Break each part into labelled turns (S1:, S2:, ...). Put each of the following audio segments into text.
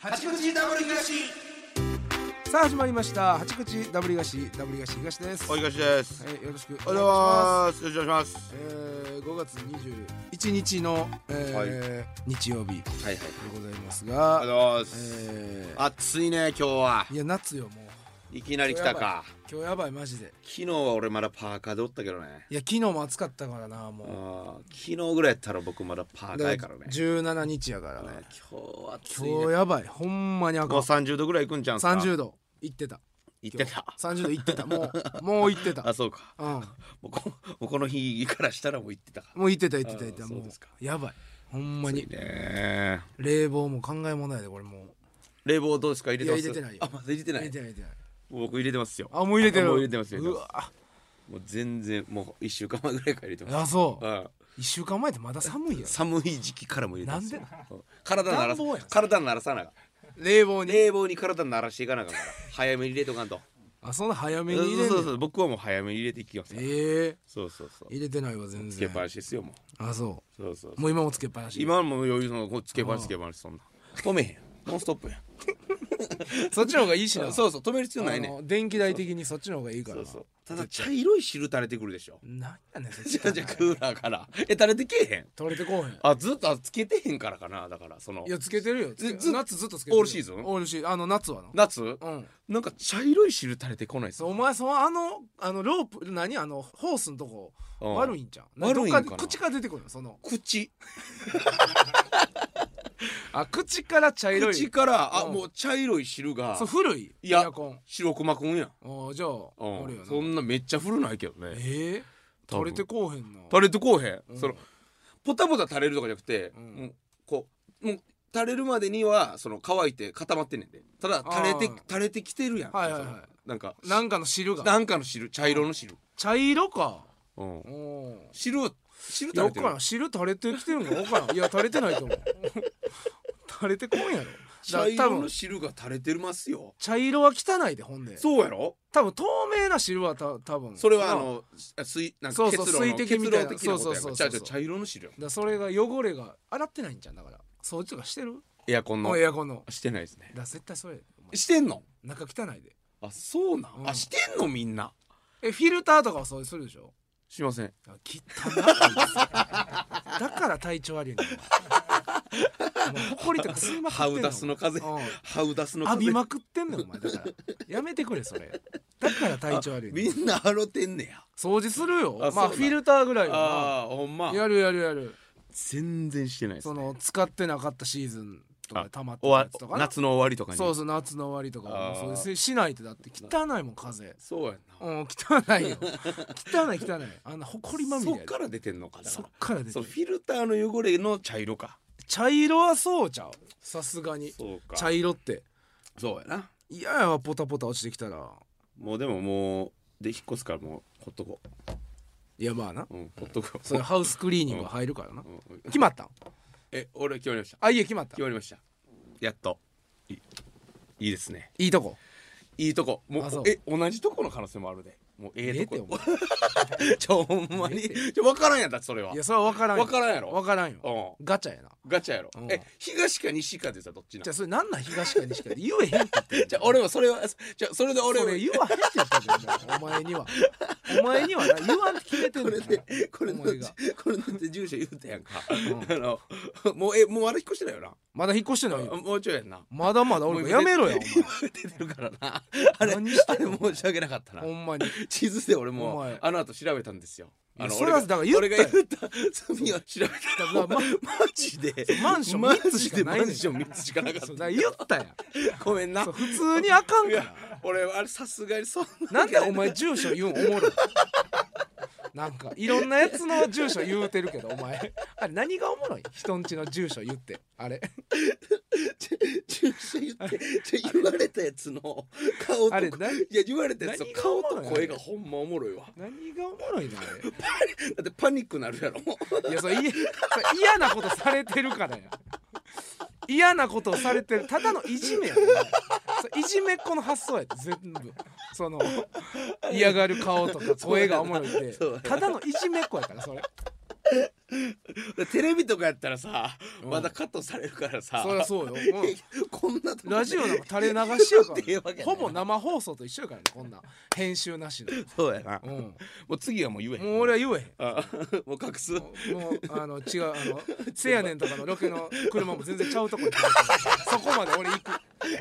S1: 八口ダブル東
S2: さあ始まりました八口ダブリガシダブリガシ東です
S1: お
S2: はい
S1: 東です
S2: よろしく
S1: お
S2: お願
S1: は
S2: い
S1: よ
S2: し
S1: う
S2: ま
S1: ございますよろしくお願いします
S2: すえー5月21日の、えー日曜日で
S1: はいはい
S2: ございます
S1: おは
S2: が、
S1: ようございます
S2: え
S1: 暑いね今日は
S2: ーいや夏よもう
S1: いきなり来たか
S2: 今日やばいマジで
S1: 昨日は俺まだパーカーでおったけどね
S2: いや昨日も暑かったからな
S1: あ
S2: も
S1: ー昨日ぐらいやったら僕まだパーカ
S2: う
S1: ーやからね
S2: 17日やから
S1: あー
S2: ね
S1: 今日は暑い
S2: 今日
S1: ね
S2: やばいほんまにあか
S1: もうん30度ぐらい行くんちゃうんすか
S2: 30度行ってた
S1: 行ってた
S2: 30度行ってたもうもう行ってた
S1: あそうか
S2: うん
S1: もうこもうこの日からしたらもう行ってた
S2: もう行ってた行ってた行ってた
S1: あーそう
S2: も
S1: ですか
S2: うやばいほんまに
S1: ねえ
S2: 冷房も考えもないでこれもう
S1: 冷房どうですか入れてま
S2: い
S1: す
S2: や入れてないよ
S1: あまだ入れてな
S2: 入れ
S1: い
S2: てない入れてない
S1: 僕入れてますよ
S2: あもう入れてる
S1: もう入れてますよ
S2: うわ
S1: もう全然もう1週間前ぐらいから入れてます
S2: あそう
S1: うん
S2: 一週間前ってまだ寒いよ
S1: 寒い時期からも入れてますよ
S2: なん
S1: うん体なら
S2: 暖房やん
S1: 体ならさなが
S2: 冷房に
S1: 冷房に体ならしていかなあかんから早めに入れとかんと
S2: あそんな早めに入れ
S1: そう
S2: る
S1: そうそう僕はもう早めに入れていきますか
S2: え
S1: ら
S2: え
S1: そうそうそう
S2: 入れてないわ全
S1: つけっ
S2: 然
S1: ぱなしですよも
S2: あそう
S1: そうそう
S2: うもう今もつけっぱなし
S1: 今はもう余裕のこうつけっぱなしつけっぱなしそんな止めへんノンストップやん
S2: そっちの方がいいしな
S1: そうそう止める必要ない
S2: あ
S1: ね
S2: の電気代的にそっちの方がいいか
S1: そ
S2: ら
S1: うそうただ茶色い汁垂れてくるでしょ
S2: なんやねんそっ
S1: じ
S2: ち
S1: ゃあじゃあクーラーからえ垂れてけえへん
S2: 取れてこうへん
S1: あずっとあつけてへんからかなだからその
S2: いやつけてるよ
S1: ず
S2: つ
S1: ず
S2: け夏ずっとつけてるよ
S1: オールシーズン
S2: オールシーズンあの夏はな
S1: 夏
S2: うん
S1: なんか茶色い汁垂れてこないっす
S2: そうお前そのあのあのロープ何あのホースのとこ
S1: うん
S2: 悪いんじゃん
S1: 悪いんかな
S2: どっ口から出てくるのその
S1: 口
S2: あ口から茶色い
S1: 口からあ
S2: うん
S1: もう茶色い汁が
S2: そう古いエ
S1: いや
S2: アコン
S1: 白熊くんやん
S2: おーじゃ
S1: う
S2: ああるよ
S1: ん
S2: な
S1: そんなめっちゃ古ないけどね
S2: えー、
S1: 多分
S2: 取れてこうへんの
S1: 垂れてこうへ
S2: うんん
S1: そのポタポタ垂れるとかじゃなくて
S2: うん
S1: もうこうもう垂れるまでにはその乾いて固まってんねんでただ垂れ
S2: あ
S1: て
S2: ー
S1: 垂れてきてるやん
S2: はいはいはい
S1: そのなんか
S2: なんかの汁が
S1: なんかの汁茶色の汁
S2: 茶色か
S1: うん
S2: おー
S1: 汁は汁
S2: いや
S1: 垂
S2: わ
S1: れて
S2: か
S1: る
S2: らん汁垂れてきてるのか分からんいや垂れてないと思う 垂れてこんやろ
S1: 茶
S2: だから多
S1: 色の
S2: 分
S1: 汁が垂れてますよ
S2: 茶色は汚いでほんで
S1: そうやろ
S2: 多分透明な汁はた多分
S1: それは
S2: な
S1: あ
S2: だか
S1: の水なん
S2: そ
S1: か
S2: うそう
S1: 結露の
S2: 水滴
S1: 結露
S2: み
S1: 的
S2: たいな
S1: なこ
S2: そうそう
S1: とやか
S2: そうそう
S1: らじゃあじゃあ茶色の汁よ
S2: らそれが汚れが洗ってないんじゃんだから掃除とかしてる
S1: エアコンの
S2: もうエアコンの
S1: してないですね
S2: だから絶対それお前
S1: してんの
S2: 中汚いで
S1: あそうなん、
S2: うん
S1: あしてんのみんな
S2: えフィルターとかは掃除するでしょ
S1: しません
S2: あ切ったなあいつ だから体調悪いんだよお前もう埃とか吸いまくってんの
S1: ハウダスの風
S2: うん
S1: ハウダスの
S2: 浴
S1: 風
S2: びまくってんのお前だからやめてくれそれだから体調悪い
S1: あ
S2: の
S1: みんな洗ってんねや
S2: 掃除するよ
S1: あそう
S2: ま
S1: なん
S2: あフィルターぐらいは
S1: ああほんま
S2: なやるやるやる
S1: 全然してないです
S2: その使ってなかったシーズンとか
S1: あ
S2: で溜まって
S1: お
S2: た
S1: わ
S2: やつとかな
S1: 夏の終わりとかに
S2: そうそう夏の終わりとか
S1: あー
S2: もうそうですしないとだって汚いもん風
S1: そうやんな、
S2: うん汚 いよ汚い汚いあんなほこりまみれ
S1: そ
S2: や
S1: っ
S2: で
S1: から出てんのかだ
S2: そ
S1: か
S2: っから
S1: ら
S2: 出
S1: そ
S2: て
S1: のフィルターの汚れの茶色か
S2: 茶色はそうちゃうさすがに
S1: そうか
S2: 茶色って
S1: そうやな
S2: 嫌やわポタポタ落ちてきたら
S1: もうでももうで引っ越すからもうほっとこ
S2: いやまあな
S1: ううんほっとこう
S2: それハウスクリーニングが入るからな
S1: うん
S2: 決まったん
S1: え俺決まりました
S2: あいいえ決まった
S1: 決まりましたやっといいいいですね
S2: いいとこ
S1: いいとこも
S2: あそう
S1: うえ同じとこの可能性もあるでもうええと
S2: ええ
S1: こ
S2: って
S1: ちょほんまに
S2: ええっ
S1: ちょ分からんやったそれはい
S2: やそれは分からんよ
S1: 分からんやろ
S2: 分からんよ
S1: う
S2: ガチャやなん
S1: ガチャやろ
S2: うん
S1: え東か西かでさどっちな
S2: じゃ
S1: じ
S2: あそれなんなん東か西かで言えへんって言ってんの
S1: ゃ俺はそれはじゃあそれで俺
S2: そ
S1: は
S2: れ言わへんって言ったけどお前にはお前にはな言わんって決めてん
S1: こ
S2: の
S1: れ
S2: よ
S1: でこれ
S2: お前
S1: で
S2: が
S1: これだって住所言うたやんか
S2: う
S1: あのもうえもうあれ引っ越してないよな
S2: まだ引っ越してないよ
S1: もうちょいやんな
S2: まだまだ
S1: も
S2: 俺
S1: う
S2: やめろよ
S1: 今 出てるからなあれ
S2: 何して
S1: あ
S2: ん
S1: れ
S2: の
S1: 申し訳なかったな
S2: お前ほんまに
S1: 地図で俺も
S2: お
S1: う
S2: 前
S1: あの後調べたんですよ。
S2: いや
S1: あの
S2: そらだ
S1: 俺が
S2: から言った
S1: 俺
S2: よ
S1: が言った罪を調べた
S2: だか
S1: ら
S2: らま
S1: マジで
S2: マンション
S1: マ
S2: 三つし
S1: ジ
S2: か
S1: で
S2: な
S1: マ
S2: いねん
S1: ンション3つしかなかっ
S2: そう
S1: た
S2: だから言ったやん
S1: ごめんな
S2: そう普通にあかん
S1: い
S2: か
S1: や
S2: ら
S1: 俺あれさすがにそんな
S2: なんでお前住所言うんおもろいなんかいろんなやつの住所言うてるけどお前あれ何がおもろい人んちの住所言ってあれ
S1: 注射言ってちょ言われたやつの顔と
S2: あれ
S1: か
S2: 何
S1: いや言われたやつの
S2: 何が
S1: 顔
S2: おもろい
S1: と声がほんまおもろいわ
S2: 何がおもろいなあ
S1: だってパニックなるやろ
S2: れい やそれいそれ嫌なことされてるからや嫌なことをされてるただのいじめやねそれいじめっ子の発想やって全部その嫌 がる顔とか声がおもろいって
S1: そうやな
S2: ただのいじめっ子やからそれ
S1: らテレビとかやったらさ、
S2: うん
S1: まだカットされるからさ
S2: そりゃそうよ、うん
S1: こんなとこで
S2: ラジオなんか垂れ流しやか
S1: 言うてええわけ
S2: ら
S1: ない
S2: ほぼ生放送と一緒やからねこんなん編集なしの、
S1: そうやな、
S2: うん、も
S1: もう次はもう言えへん
S2: う俺は言えへん
S1: あもう隠す
S2: もうあの違うあ のせやねんとかのロケの車も全然ちゃうとこに来てるそこまで俺行く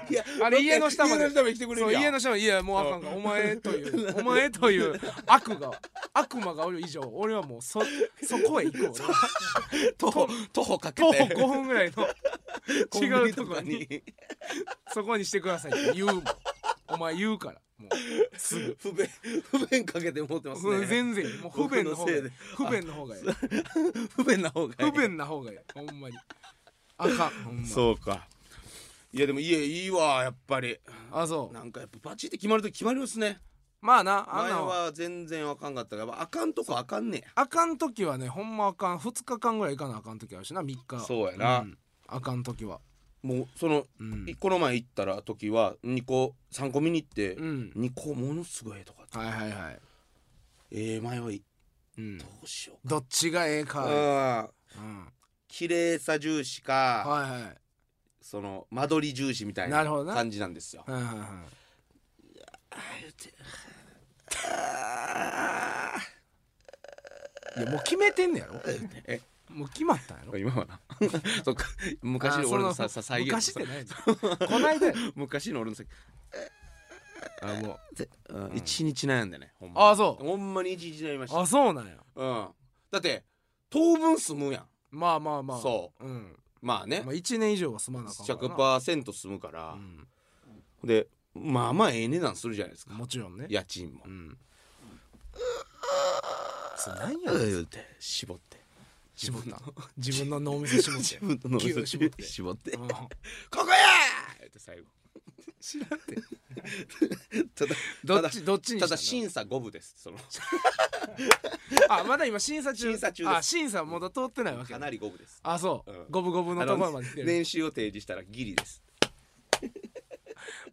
S1: いや
S2: あれ家の下まで
S1: 家の下まで来てくれ
S2: そ
S1: る
S2: う
S1: やん
S2: 家の下はいやもうあかんからお前というお前という悪 が悪魔がおる以上俺はもうそそこへ行こう
S1: 徒歩徒歩かけ
S2: 徒歩
S1: て
S2: 5分ぐらいの
S1: コンビニ
S2: 違うとこにそこにしてくださいって言うもんお前言うからもうすぐ
S1: 不便不便かけて持ってます
S2: うん
S1: ね
S2: 全然いいもう不便の方がいい
S1: 僕の
S2: 不
S1: せいで
S2: 便の方がいい
S1: 不便な方がいい
S2: 不便な方がいいほんまにあかんほんま
S1: そうかいやでも家いいわやっぱり
S2: あそう
S1: なんかやっぱバチって決まると決まりますね
S2: まあなあん
S1: 前
S2: なんは
S1: は全然あかんかったからやっぱあかんとこあかんね
S2: あかん時はねほんまあかん2日間ぐらい行かなあかん時あるしな3日
S1: やそうやな、
S2: んあかん時は
S1: もうその
S2: うん、
S1: この前行ったら時は2個3個見に行って、
S2: うん、
S1: 2個ものすごいええとかって
S2: はいはいはい、
S1: ええ前はい
S2: うん
S1: ど、うしよ
S2: どっちがええ
S1: う
S2: か、
S1: か、
S2: うん、
S1: うん綺麗さ重視か、
S2: はいはい
S1: その間取り重視みたいな
S2: なるほどな
S1: 感じなんですよ。
S2: はいはいは
S1: あ
S2: いいやもう決めてんねやろ
S1: え
S2: もう決まったんやろ
S1: ー今はな そっか昔の俺のさ
S2: あ
S1: さ
S2: そ
S1: 再現
S2: 昔ってないのこないだや
S1: 昔の俺のさ
S2: あもう
S1: ぜうん
S2: うん
S1: 一日悩んでねほん
S2: あそう
S1: ほんまに一日悩みました、
S2: あそうなんや
S1: うん、だって当分住むやん
S2: まあまあまあ、
S1: そう
S2: ん
S1: まあね、
S2: まあ、1年以上は住まなあかんからな
S1: 100%住むから
S2: う、ん、
S1: でまあまあええ値段するじゃないですか
S2: もちろんね
S1: 家賃も
S2: う。んそれ何やねん
S1: 言うて絞って
S2: 絞 った自分の脳みそ絞って
S1: 自分の
S2: ギュー絞って
S1: 絞って
S2: う
S1: こ
S2: ん
S1: こやーって最後
S2: 知らんて
S1: ただ
S2: どっちどっちに
S1: た
S2: した
S1: だ
S2: ん
S1: 審査五分ですその
S2: あまだ今審査中
S1: 審査中です
S2: あ審査まだ通ってないわけ
S1: かなり五分です
S2: あそう
S1: うん
S2: 五分五分のところまで来てる
S1: 年収を提示したらギリです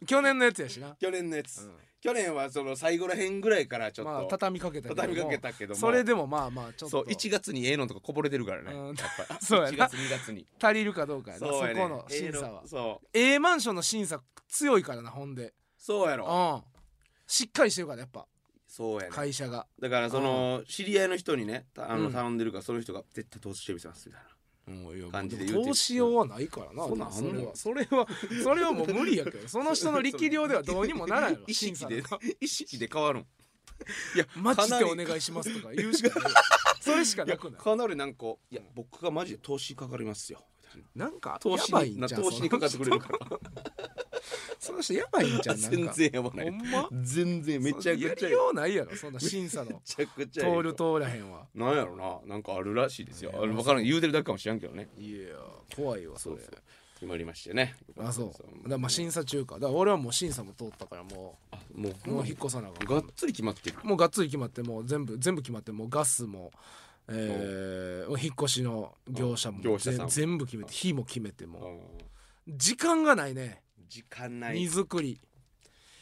S2: 去年のやつやしな
S1: 去年のやつ、去年はその最後らへんぐらいからちょっと、
S2: まあ畳みかけたけども
S1: 畳みかけたけども
S2: それでもまあまあちょっ
S1: そう
S2: と
S1: 1月にええのとかこぼれてるからね、
S2: うん
S1: やっ ぱ
S2: そうやな
S1: 1月2月に
S2: 足りるかどうかや なそ
S1: そうやね
S2: この審査
S1: ええ
S2: は
S1: のそう
S2: A マンションの審査強いからなほんで
S1: そうや
S2: う
S1: ろ
S2: んしっかりしてるからやっぱ
S1: そうやね
S2: 会社が
S1: だからその知り合いの人にねたあ
S2: う
S1: の
S2: ん
S1: 頼んでるからその人が絶対投資してみせますみたい 感じで言うてる
S2: 投資用はないからな
S1: そんなんあん
S2: そ
S1: の
S2: れはそれはそれはもう無理やけどその人の力量ではどうにもならんやろ
S1: 意
S2: 審
S1: 識
S2: 査
S1: で
S2: で
S1: 意識で変わるんいや
S2: マジ
S1: かな
S2: で
S1: り
S2: お願いしますとか言うしか ないそれしか
S1: いや
S2: なくない
S1: かなりなんかいや僕がマジで投資かかりますよみたいな
S2: なんか
S1: 投資
S2: やばい
S1: に
S2: ん
S1: な
S2: じゃんその
S1: 投資
S2: 人
S1: にかかってくれるから
S2: その人やばいんじゃ んなん
S1: 全
S2: か
S1: 然やばな
S2: ほ
S1: い
S2: んま
S1: 全然めちゃくち
S2: や
S1: ゃ
S2: りようないやろそんな審査の
S1: めちゃくちゃ
S2: 通る通らへんは
S1: なんやろななんかあるらしいですよあれ分からん言うてるだけかもしれんけどね
S2: いや怖いわそ
S1: そう
S2: れ
S1: そう決まりましてね
S2: あそうだからまあ審査中かだから俺はもう審査も通ったからも
S1: あも
S2: う
S1: う
S2: も
S1: も
S2: う
S1: う
S2: 引っ越さなあかん
S1: がっつり決まってる
S2: もうがっつり決まってもう全部全部決まってもうガスも、えー、お引っ越しの業者も
S1: 業者さんも
S2: ぜ全部決めて日も決めても
S1: うん
S2: う時間がないね
S1: 時間ない
S2: 荷造り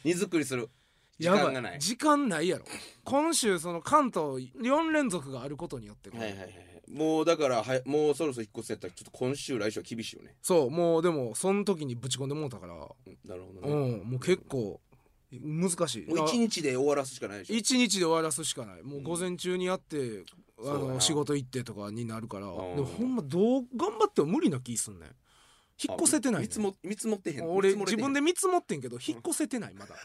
S1: 荷造りする時
S2: やば
S1: 間がない
S2: 時間ないやろ今週その関東4連続があることによって、
S1: はいはいはいはいもうだからはもうそろそろ引っ越すやったらちょっと今週来週は厳しいよね
S2: そうもうでもその時にぶち込んでもうたから、
S1: うんなるほど
S2: う
S1: ね
S2: んもう結構難しい
S1: もう一日で終わらすしかないでしょ
S2: 一日で終わらすしかないもう午前中にやって、あ
S1: そうや
S2: の
S1: な
S2: 仕事行ってとかになるから、
S1: ん
S2: でもほんまどう頑張っても無理な気すんねん引っ越せてない、
S1: 見
S2: ね
S1: 積
S2: ん、
S1: も見積もってへん
S2: 俺
S1: 見
S2: 自
S1: 積も
S2: 分
S1: れてへん
S2: で見積もってんけど引っ越せてないまだ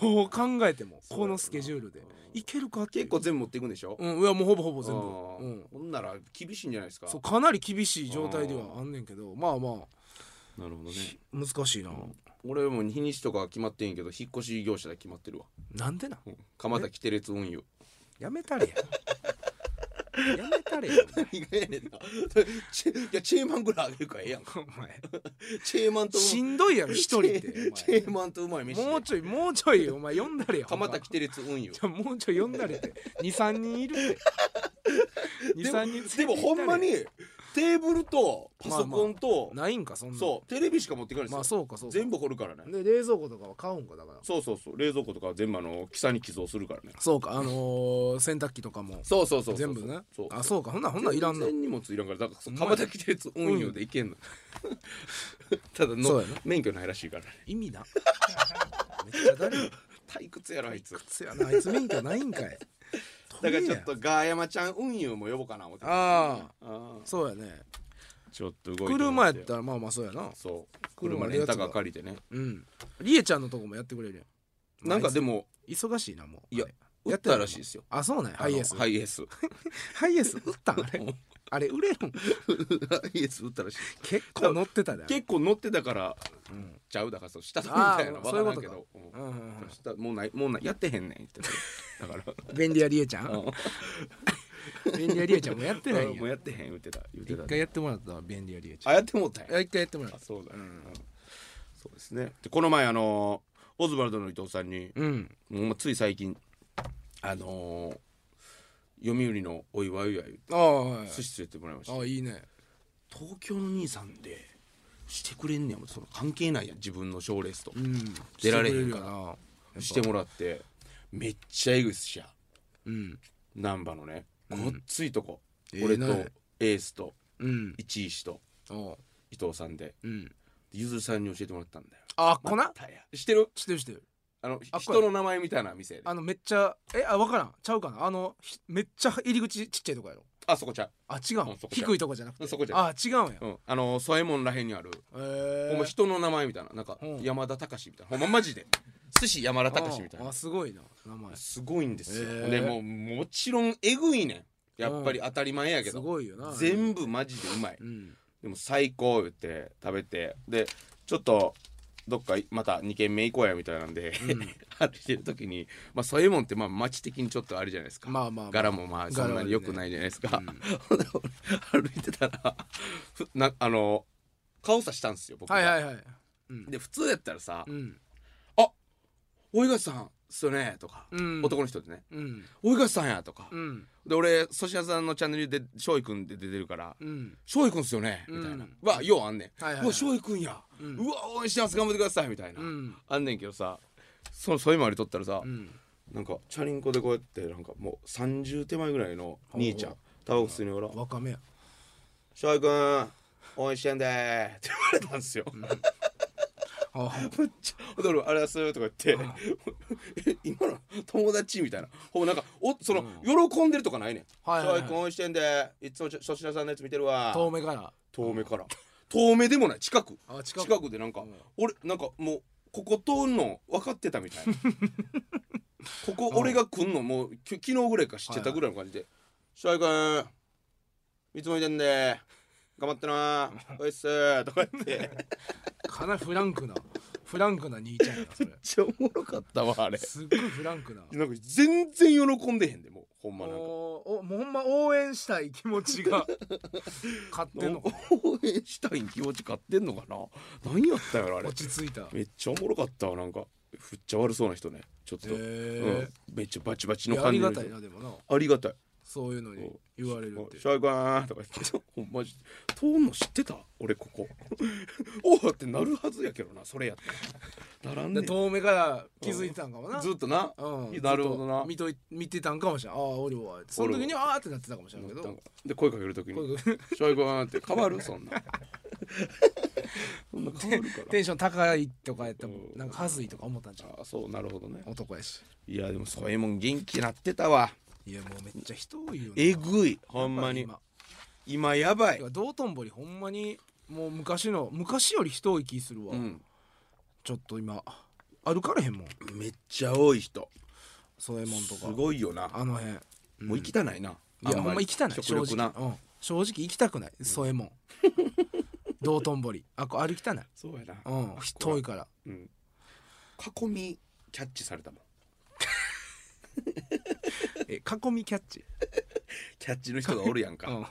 S2: どう考えても
S1: そうや
S2: こ
S1: ろな
S2: のスケジュールでいけるかっていう
S1: 結構全部持っていくんでしょ
S2: うんいやもうほぼほぼ全部
S1: あ
S2: う
S1: ー
S2: ん
S1: ほんなら厳しいんじゃないですか
S2: そうかなり厳しい状態ではあんねんけどまあまあ
S1: なるほどね
S2: 難しいな、
S1: 俺も日にちとかは決まってんけど引っ越し業者で決まってるわ
S2: なんでなん
S1: うん蒲田キテレツ運輸
S2: やめたれ ややめたれや
S1: 意外やね んなチェいやチェーマンぐらいあげるからええやん
S2: お前
S1: チェーマンとうまい
S2: しんどい やろ一人で
S1: チ
S2: お前
S1: ェーマンとうまい 飯で
S2: もうちょいもうちょいお前呼んだれよ
S1: 蒲
S2: ほんま
S1: 田キテレツ運輸
S2: じゃあもうちょい呼んだれって23人いるって
S1: でも
S2: 23人
S1: でもほんまにテーブルとパソコンと、
S2: ないんかそんな
S1: そうテレビしか持っていかないですよ、
S2: まあそうかそうか
S1: 全部掘るからね
S3: で冷蔵庫とかは買うんかだから
S1: そうそうそう冷蔵庫とかは全部あの記載に寄贈するからね
S2: そうかあのー、洗濯機とかも
S1: そうそうそうそう
S2: 全部ね
S1: そう
S2: あそうかほんならほんならいらんな
S1: 全然荷物いらんからだからそう蒲田来てるやつ運用でいけんの、 ただ
S2: そう
S1: の
S2: やな
S1: 免許ないらしいからね
S2: 意味なめっちゃだるい
S1: 退屈やろあいつだ
S2: せやな あいつ免許ないんかい
S1: からちょっとガーヤマちゃん運用も呼ぼうかな思って
S2: ああ
S1: あー
S2: そうやね
S1: ちょっと動いて
S2: 車やったらまあまあそうやな
S1: そう
S2: 車
S1: 車
S2: のや
S1: レ
S2: つが
S1: ンタカー借りてね
S2: うんりえちゃんのとこもやってくれるやん
S1: なんかで
S2: も
S1: も
S2: 忙しいなもう
S1: いや
S2: あれ
S1: 売ったらしいですよ
S2: あそうなんやハイエース
S1: あのハイエース
S2: ハイエース売 ったんあれ
S1: うん
S2: あれ売れるん
S1: ハイエース売ったらしい
S2: 結構乗ってたであれ
S1: 結構乗ってたから
S2: うん
S1: ちゃうだからそう下取りみたいな
S2: あー
S1: わからん
S2: そうい
S1: け
S2: う
S1: どうん
S2: うんうんうん
S1: 下もうないもうないやってへんねん言ってた だから
S2: 便利屋りえちゃ
S1: うんん
S2: 便利屋りえちゃんもやってないん
S1: も
S2: や
S1: うやってへん言ってた言って
S2: 一
S1: た
S2: 回やってもらったわ便利屋りえちゃ
S1: あやってもうたんや
S2: んあ一回やってもらった
S1: あそうだね、
S2: うん
S1: うんそうですねでこの前あのーオズワルドの伊藤さんに、
S2: うん
S1: もうつい最近あのー読売のお祝いや言って
S2: ああはい
S1: 寿司連れてもらいました
S2: あいいね
S1: 東京の兄さんでしてくれんねやもんその関係ないやん自分の賞レースと、
S2: うん
S1: 出られへん
S2: してく
S1: から
S2: るよな
S1: してもらってめっちゃえぐいっすや
S2: うん
S1: 難波のねごっついとこ、
S2: ええ
S1: 俺と
S2: な
S1: エースと
S2: うん
S1: 一石と
S2: おう
S1: 伊藤さんで
S2: うん
S1: ゆずるさんに教えてもらったんだよ
S2: あ粉
S1: またやしてる
S2: してるしてる
S1: あの
S2: あこれ
S1: 人の名前みたいな店で
S2: あのめっちゃえあ分からんちゃうかなあのひめっちゃ入り口ちっちゃいとこやろ
S1: あそこちゃう
S2: あ違うん
S1: うんそこ
S2: 低いとこじゃなくて
S1: そこじゃ
S2: あ違うんや
S1: うん、あの添右衛門らへんにある、
S2: え
S1: ほん
S2: ー
S1: ま人の名前みたいななんか、
S2: うん
S1: 山田隆みたいなほんまマジで寿司山田隆みたい
S2: あ
S1: な
S2: あすごいな名前
S1: すごいんですよ、
S2: へー
S1: でもうもちろんえぐいねんやっぱり当たり前やけ
S2: す
S1: ど、
S2: ごいよな
S1: 全部マジでうまい、
S2: うん
S1: でも最高言って食べてでちょっとどっかまた2軒目行こうやみたいなんで、
S2: うん
S1: 歩いてる時に、まあ、そういうもんってまあ街的にちょっとあれじゃないですか、
S2: まあまあまあ
S1: 柄もまあそんなに良くないじゃないですか、ほんで俺 歩いてたらふなあの顔さしたんですよ僕が、
S2: はいはいはいうん
S1: で普通やったらさ
S2: うん
S1: 「大東さんっすよね」とか、
S2: うん
S1: 男の人でね
S2: うん
S1: 「大東さんや」とか、
S2: うん
S1: で俺粗品さんのチャンネルで翔く君で出てるから
S2: うん
S1: 「翔く君っすよね」みたいな
S2: うん
S1: 「はようあんねん」
S2: はいはいはいう
S1: わ翔く君や、う
S2: うん
S1: わ応援してます頑張ってください」みたいな、
S2: うん
S1: あんねんけどさそそういうもあれとったらさ、
S2: うん
S1: なんかチャリンコでこうやってなんかもう30手前ぐらいの兄ちゃん
S2: ほ
S1: タバコ吸いながら
S2: 若めや
S1: 「翔くん応援してんでー」って言われたんですよ。
S2: ああ
S1: めっちゃ「で俺あれする」とか言って「え今の友達」みたいなほぼなんかおその、喜んでるとかないねん「
S2: はいはいはい
S1: 翔くん応援してんでいつもちょ粗品さんのやつ見てるわ」
S2: 遠目から
S1: 遠目から遠目でもない近く
S2: あ近く
S1: でなんか、
S2: ん
S1: 俺なんかもうここ通んの分かってたみたい なここ俺が来んのもうき昨日ぐらいか知ってたぐらいの感じで「翔、くんいつも見てんで頑張ってな おいっす」とか言ってめっ
S2: かなりフランクなフランクな兄ちゃんやなそれ
S1: ちゃおもろかったわあれ
S2: すっごいフランクな
S1: なんか全然喜んでへんでもうほんまなんか
S2: おおもうほんま応援したい気持ちが勝ってんのかな
S1: 応援したい気持ち買ってんのかな何やったん やろあれ
S2: 落ち着いたへ
S1: めっちゃおもろかったわなんかふっちゃ悪そうな人ねちょっと、
S2: え
S1: うん、めっちゃバチバチ
S2: い
S1: の
S2: やあ
S1: 感
S2: り
S1: じの
S2: が
S1: 人
S2: たいなでもな
S1: ありがたい
S2: そういうのに言われるって
S1: シャイガーンとか言ってほんまじ通んの知ってた俺こ こおおってなるはずやけどなそれやったら並ん
S2: で
S1: で
S2: 遠目から気づいてたんかもな
S1: ずっとな
S2: うん
S1: なるほどな
S2: ずっと見とい見てたんかもしれんああおるわその時にああってなってたかもしれんけ
S1: な
S2: ど
S1: んかで声かけるとき
S2: こうい
S1: に
S2: う
S1: 「シャイガーン」って変わるそんなそんな変わるから
S2: テンション高いとかやったら
S1: うん
S2: なんか恥ずいとか思ったんじゃん
S1: ああそうなるほどね
S2: 男やし
S1: いやでもそういうもん元気なってたわ
S2: いやもうめっちゃ人多いよな
S1: えぐいほんまに
S2: 今
S1: 今やばい
S2: てか道頓堀ほんまにもう昔の昔より人多い気するわ、
S1: うん
S2: ちょっと今歩かれへんもん
S1: めっちゃ多い人
S2: 添右衛門と
S1: す
S2: か
S1: ごいよな
S2: あの辺
S1: もう行きたないな、
S2: いやほんま行きたない
S1: 食
S2: 正
S1: 欲
S2: 直
S1: な
S2: うん、正直行きたくない添右衛門 道頓堀あこう歩きたない
S1: そうやな
S2: うん人多いから
S1: うん、囲みキャッチされたもん
S2: え囲みキャッチ
S1: キャッチの人がおるやん
S2: う
S1: か、
S2: ん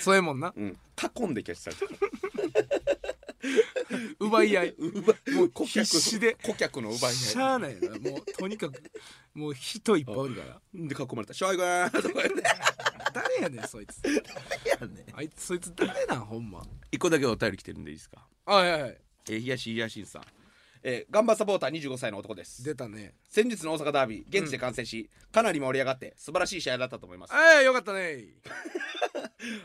S2: 添右衛門な
S1: うん、囲んでキャッチされた
S2: 奪い合 い
S1: 奪い
S2: もう
S1: 顧客
S2: 必死で
S1: 顧客の奪い
S2: し
S1: 合
S2: ゃあないよなもうとにかくもう人いっぱいおるから
S1: いで囲まれた「ショイグーン!」とか言って
S2: 誰やねんそいつ あいつそいつ誰なんほんま
S1: 一個だけお便り来てるんでいいですか
S2: はいはいはい
S1: えー、東東新さん、えー、ガンバサポーター25歳の男です
S2: 出たね
S1: 先日の大阪ダービー現地で観戦し、かなり盛り上がって素晴らしい試合だったと思います
S2: ああよかったね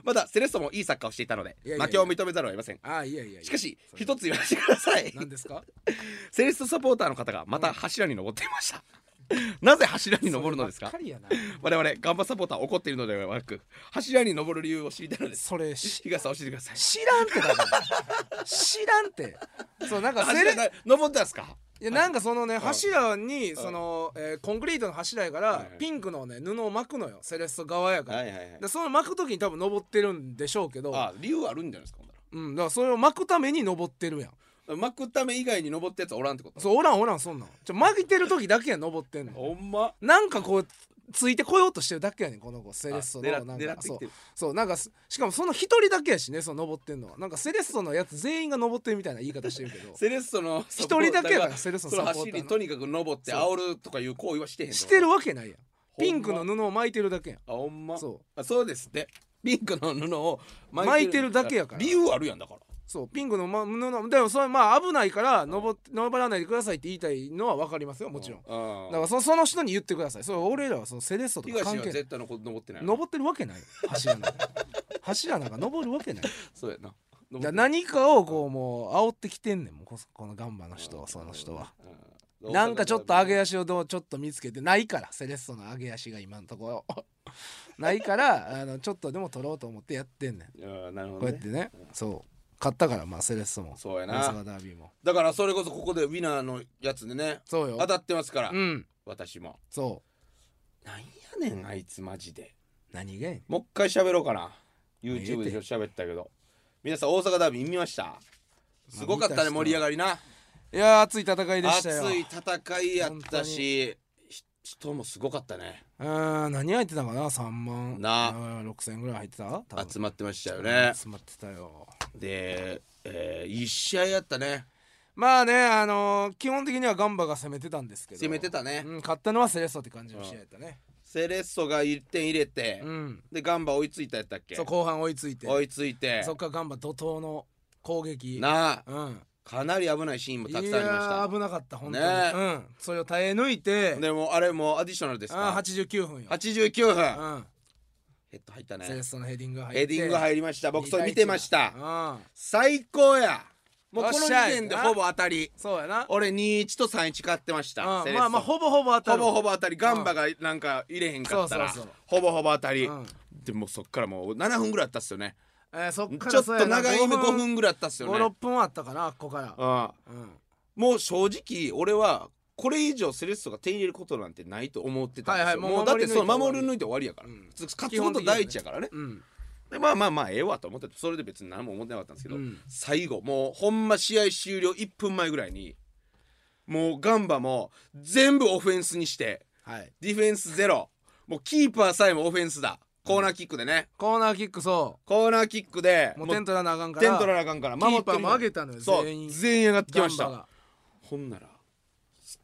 S1: まだセレッソもいいサッカーをしていたので
S2: いやいやいや
S1: 負けを認めざるを得ません
S2: ああいやいやいや
S1: しかし
S2: それ
S1: 一つ言わせてください
S2: 何ですか
S1: セレッソサポーターの方がまた柱に登っていました、 なぜ柱に登るのですか
S2: そればっかりや
S1: 我々ガンバサポーター怒っているのではなく柱に登る理由を知りたいの
S2: な
S1: です
S2: それし
S1: 日傘を教えてください
S2: 知らんってだから知らんってそうなんかセレ
S1: 柱な登ったんすか
S2: いやなんかそのね
S1: い
S2: 柱にその、えーコンクリートの柱やか
S1: はい
S2: ら
S1: はい
S2: ピンクのね布を巻くのよセレッソ側やから、
S1: いはいはい
S2: でその巻く時に多分登ってるんでしょうけど、
S1: あ理由あるんじゃないですかほんなら
S2: うん、だからそれを巻くために登ってるやん
S1: 巻くため以外に登ったやつはおらんってこと
S2: そうおらんおらんそんなんちょ巻いてる時だけやん登ってんの
S1: ほんま
S2: なんかこうついてこようとしてるだけやねんこの子セレッソの
S1: あ狙っ
S2: なん
S1: 狙っ
S2: か
S1: てき
S2: そう
S1: てる
S2: そうなんかすしかもその一人だけやしねその登ってんのはなんかセレッソのやつ全員が登ってるみたいな言い方してる けど
S1: セレッソの
S2: 一人だけやからセレッソ
S1: そ
S2: の
S1: の
S2: サポー
S1: 走
S2: ター
S1: り
S2: の
S1: とにかく登って煽るとかいう行為はしてへんの
S2: してるわけないやん
S1: ほんま
S2: ピンクの布を巻いてるだけやん
S1: あほんま
S2: そう
S1: あそうですってピンクの布を
S2: 巻いてるだけやから
S1: 理由あるやんだから
S2: そうピンクのま布のでもそれまあ危ないから登って登らないでくださいって言いたいのは分かりますよもちろんだ
S1: ん
S2: からそその人に言ってくださいそれ俺らはそのセレッソとか
S1: 東
S2: 関
S1: は
S2: 係ない
S1: 絶対のこと登ってない
S2: 登ってるわけないよ柱なんか柱なんか登るわけない
S1: そうやな登って
S2: だ何かをこうもう煽ってきてんねんもうここのガンバの人その人は
S1: うん
S2: なんかちょっと上げ足をどうちょっと見つけてないからセレッソの上げ足が今のところ ないからあのちょっとでも取ろうと思ってやってんねん
S1: うんなるほ
S2: こうや
S1: ど
S2: っ
S1: ね
S2: てねそう買ったからまあセレッソも
S1: そうや
S2: 大
S1: な
S2: 阪ダービーも
S1: だからそれこそここでウィナーのやつでね
S2: そうよ
S1: 当たってますから
S2: うん
S1: 私も
S2: そ
S1: なんやねんあいつマジで
S2: う何がやねん
S1: もう一回喋ろうかな
S2: ええ
S1: YouTube
S2: て
S1: でしょ喋ったけど皆さん大阪ダービー見ましたすごかった
S2: 見た
S1: ね
S2: 人
S1: 盛り上がりない
S2: やー熱い戦いでし
S1: 熱
S2: たよ
S1: い戦いやったしひ人もすごかったね
S2: うーん何入ってたかな3万
S1: な
S2: 6000円ぐらい入ってた多分
S1: 集まってましたよね
S2: 集まってたよ
S1: で、えー、1試合やったね
S2: まあねあのー基本的にはガンバが攻めてたんですけど
S1: 攻めてたね
S2: うん、勝ったのはセレッソって感じの試合やったね
S1: セレッソが1点入れて、
S2: うん
S1: でガンバ追いついたやったっけ
S2: そう後半追いついて
S1: 追いついて
S2: そっからガンバ怒涛の攻撃
S1: なあ
S2: うん
S1: かなり危ないシーンもたくさんあり
S2: いやー
S1: ま
S2: 危なかった本当に、
S1: ね
S2: うんそれを耐え抜いて
S1: したでもあれもうアディショナルです
S2: あー
S1: か
S2: 89分よ、
S1: 89分
S2: うん、
S1: ヘッド入った
S2: セレ
S1: ね
S2: ッソのヘディングが入
S1: ヘ
S2: って
S1: ディング入りました僕それ見てました
S2: うん
S1: 最高やもう
S2: よっ
S1: この時
S2: しゃ
S1: 点でほぼ当たり
S2: そうやな
S1: 俺21と31勝ってました、
S2: う
S1: セ
S2: ん、
S1: レッソ
S2: まあまあほぼほぼ当た
S1: ほ
S2: る
S1: ぼほぼ当たりガンバがなんか入れへんかったら、
S2: そうそうそう
S1: ほぼほぼ当たり、
S2: うん
S1: でもうそっからもう7分ぐらいあったっすよね
S2: えーそっから
S1: ちょっと長い目5
S2: 5
S1: 分ぐらいあったっすよ
S2: 56
S1: ね
S2: 分はあったかなここから
S1: ああ
S2: うん
S1: もう正直俺はこれ以上セレッソが手に入れることなんてないと思ってたんですよ、
S2: はいはいもう
S1: もうだってその守
S2: 守
S1: り
S2: り
S1: 抜いて終わりやから、
S2: うん
S1: つ勝つこと第一やからね
S2: うん
S1: でまあまあまあええわと思っててそれで別に何も思ってなかったんですけど、
S2: うん
S1: 最後もうほんま試合終了1分前ぐらいにもうガンバも全部オフェンスにして
S2: はい
S1: ディフェンスゼロもうキーパーさえもオフェンスだコーナーキックでね、
S2: コーナーキックそ
S1: コーナーキックで
S2: うもう点取らなあかん
S1: もう
S2: から
S1: 点取らなあかんから
S2: キ
S1: 守
S2: ー
S1: って
S2: パー
S1: る
S2: も上げたのよ
S1: そう
S2: 全員
S1: 全員上がってきまし
S2: ガンバ
S1: た
S2: が
S1: ほんなら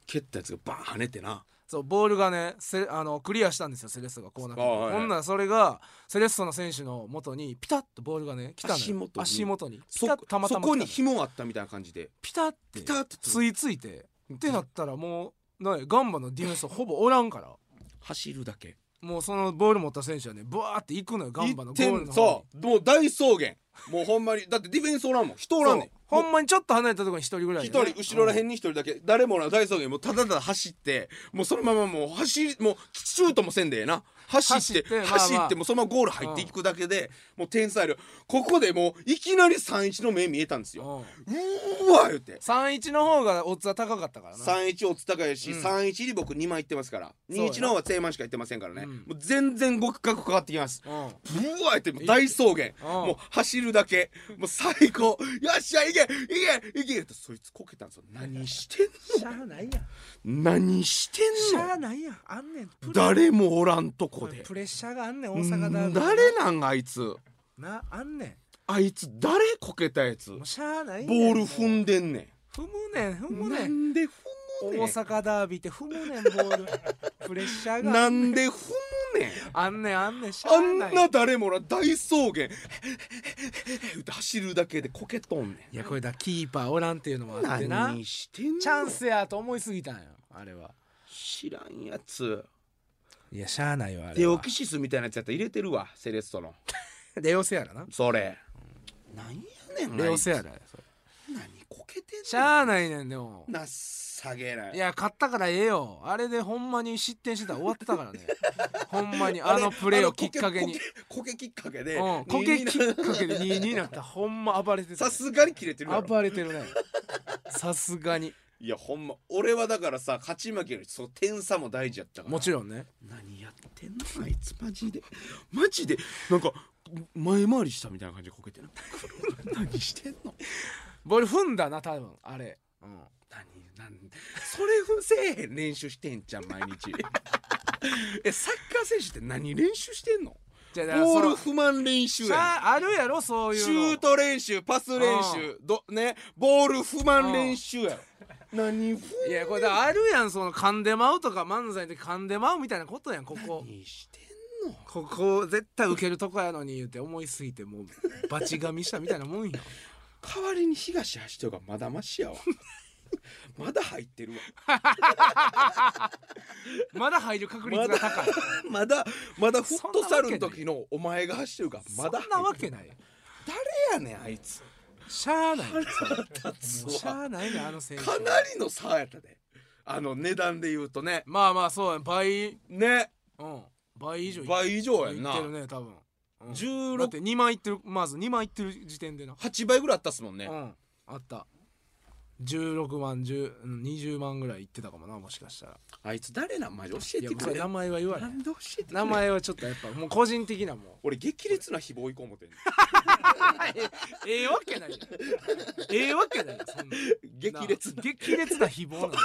S1: 蹴ったやつがバーン跳ねてな
S2: そうボールがねセあのクリアしたんですよセレッソがコーナーキッ
S1: あ
S2: ク、
S1: はいはい
S2: ほんならそれがセレッソの選手の元にピタッとボールがね来たのよ
S1: 足元に
S2: 足元にピ
S1: そ
S2: タッとたまたま来た
S1: そこ
S2: の
S1: に
S2: よ
S1: 紐あったみたいな感じで
S2: ピタッて
S1: ピタッと
S2: 吸い付いてってなったらもうなんやガンバのディフェンスほぼおらんから
S1: 走るだけ
S2: もうそのボール持った選手はねブワーって行くのよガンバのゴールの方に
S1: そうもう大草原もうほんまにだってディフェンスおらんもん人おらんねん
S2: ほんまにちょっと離れたところに一人ぐらい
S1: 一
S2: ね、
S1: 人後ろらへんに一人だけ誰もおらん大草原もうただただ走ってもうそのままもう走りもうシュートもせんでええな走って走
S2: 走
S1: っ,、
S2: っててまあまあ
S1: もうそのままゴール入っていくだけで、もう点差あるここでもういきなり3-1の目見えたんです
S2: う
S1: よ、
S2: ん、うん、
S1: うーわ言うて
S2: 3-1の方がオッズは高かったからな
S1: 3-1おつたかやし、
S2: うん
S1: 3-1に僕2枚いってますから
S2: うやな
S1: 2-1の方は正満しかいってませんからね、
S2: うん
S1: もう全然極角変わってきます
S2: うんうん
S1: ブワーってもう大草原もう走るだけもう最高よっしゃいけいけいけってそいつこけたんですよ何してん
S2: しゃあないやん
S1: の何して
S2: し
S1: ん
S2: ゃあ
S1: の
S2: ないやんあんねんプレ
S1: 誰もおらんとこで
S2: プレッシャーがあんねん大
S1: うん
S2: 阪ダービー
S1: 誰なんあいつ
S2: なあんねん
S1: あいつ誰こけたやつ
S2: もうしゃあないね
S1: ボール踏んでんね
S2: 踏むねん踏
S1: ん
S2: む
S1: な
S2: ねん
S1: んで踏
S2: 大
S1: むね
S2: 阪ダービーって踏むねんボールプレッシャー
S1: ん
S2: が
S1: なんで踏むねん
S2: あんねんあんねんしゃ
S1: あ
S2: あ
S1: ん
S2: ない
S1: な誰もら大草原言うて走るだけでこけとんねん
S2: いやこれだキーパーおらんっていうのもあってな
S1: 何してんの
S2: チャンスやと思いすぎたんよあれは
S1: 知らんやつ
S2: いやしゃあないわあれ
S1: デオ
S2: は
S1: キシスみたいなやつやったら入れてるわセレストの
S2: レオセアラな
S1: それなんやねん
S2: レオセ
S1: や
S2: アラやそれ
S1: 何こけてんの
S2: しゃあないねんでも
S1: なっさげないい
S2: や勝ったからええよあれでほんまに失点してたら終わってた からねほんまに
S1: あ
S2: あ
S1: れ
S2: のプレーをきっかけ
S1: あ
S2: に
S1: のこけこけこけきっかけで
S2: うんこけ
S1: に
S2: きっかけで2になったほんま暴れてた
S1: さすがに切れてるやろ
S2: 暴れてるねさすがに
S1: いやほんま俺はだからさ勝ち負けよりその点差も大事やったから
S2: もちろんね
S1: 何やってんのあいつマジでマジでなんか前回りしたみたいな感じでこけてる 何してんの
S2: ボール踏んだな多分あれうん
S1: 何なんそれふせえへん練習してんじゃん毎 日えサッカー選手って何練習してんの
S2: じゃあだから
S1: ボール
S2: そ
S1: 不満練習
S2: のし
S1: や
S2: ゃああるやろそうんいう
S1: シ
S2: の
S1: ュート練習パス練習どねボール不満練習やろ何不
S2: いやこれだからあるやんその噛んでまうとか漫才で噛んでまうみたいなことやんここ
S1: 何してんの
S2: ここ絶対受けるとこやのに言って思いすぎてもうバチ噛みしたみたいなもんや
S1: 代わりに東走ってるがまだマ シやわまだ入ってるわ
S2: まだ入る確率が高い
S1: まだまだフットサルの時のお前が走ってるが
S2: そ
S1: まだ
S2: んなわけない
S1: 誰やねんあいつ
S2: しゃあ ない
S1: 立
S2: もうし
S1: つ
S2: ゃ
S1: わ
S2: あないねあの選手
S1: かなりの差やったであの値段で言うとね
S2: まあまあそうやん倍
S1: ね
S2: うん倍以上い
S1: 倍以上やん
S2: い
S1: な
S2: ってるね多分、うん
S1: 16
S2: だって2万いってるまず2万いってる時点でな、
S1: 8倍ぐらいあったっすもん
S2: う
S1: ね
S2: んあった16万10うん20万ぐらいいってたかもなもしかしたら
S1: あいつ誰なんマジ教え
S2: いやも
S1: て
S2: う
S1: く
S2: そ
S1: れ
S2: れ名前は言わな
S1: ないんで教えてくれ
S2: 名前はちょっとやっぱもう個人的なも
S1: 俺激烈な誹謗以降 もてんね
S2: うええわけないやんええわけないやんそんなん
S1: 激烈
S2: なあ激烈な誹謗なんて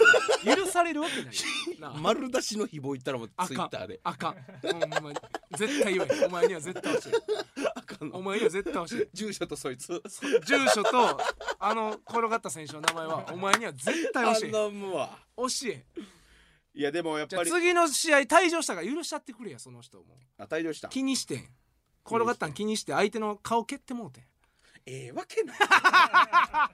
S2: 許されるわけないやん なあ
S1: 丸出しの誹謗言ったらもう
S2: あ
S1: ツイ
S2: か
S1: ッ
S2: ん
S1: ターで
S2: あかんほんまに絶対言わへんお前には絶対教え
S1: あかん
S2: んお
S1: の
S2: 前には絶対教えん
S1: 住所とそいつ
S2: 住所とあの転がった選手の名前はお前には絶対教えん教
S1: 頼むわ
S2: えん
S1: いやでもやっ
S2: じゃ
S1: ぱ
S2: あ
S1: り
S2: 次の試合退場したから許しちゃってくれやその人も
S1: あ退場した
S2: 気にしてん転がったん気にして相手の顔蹴ってもうてん
S1: ええわけない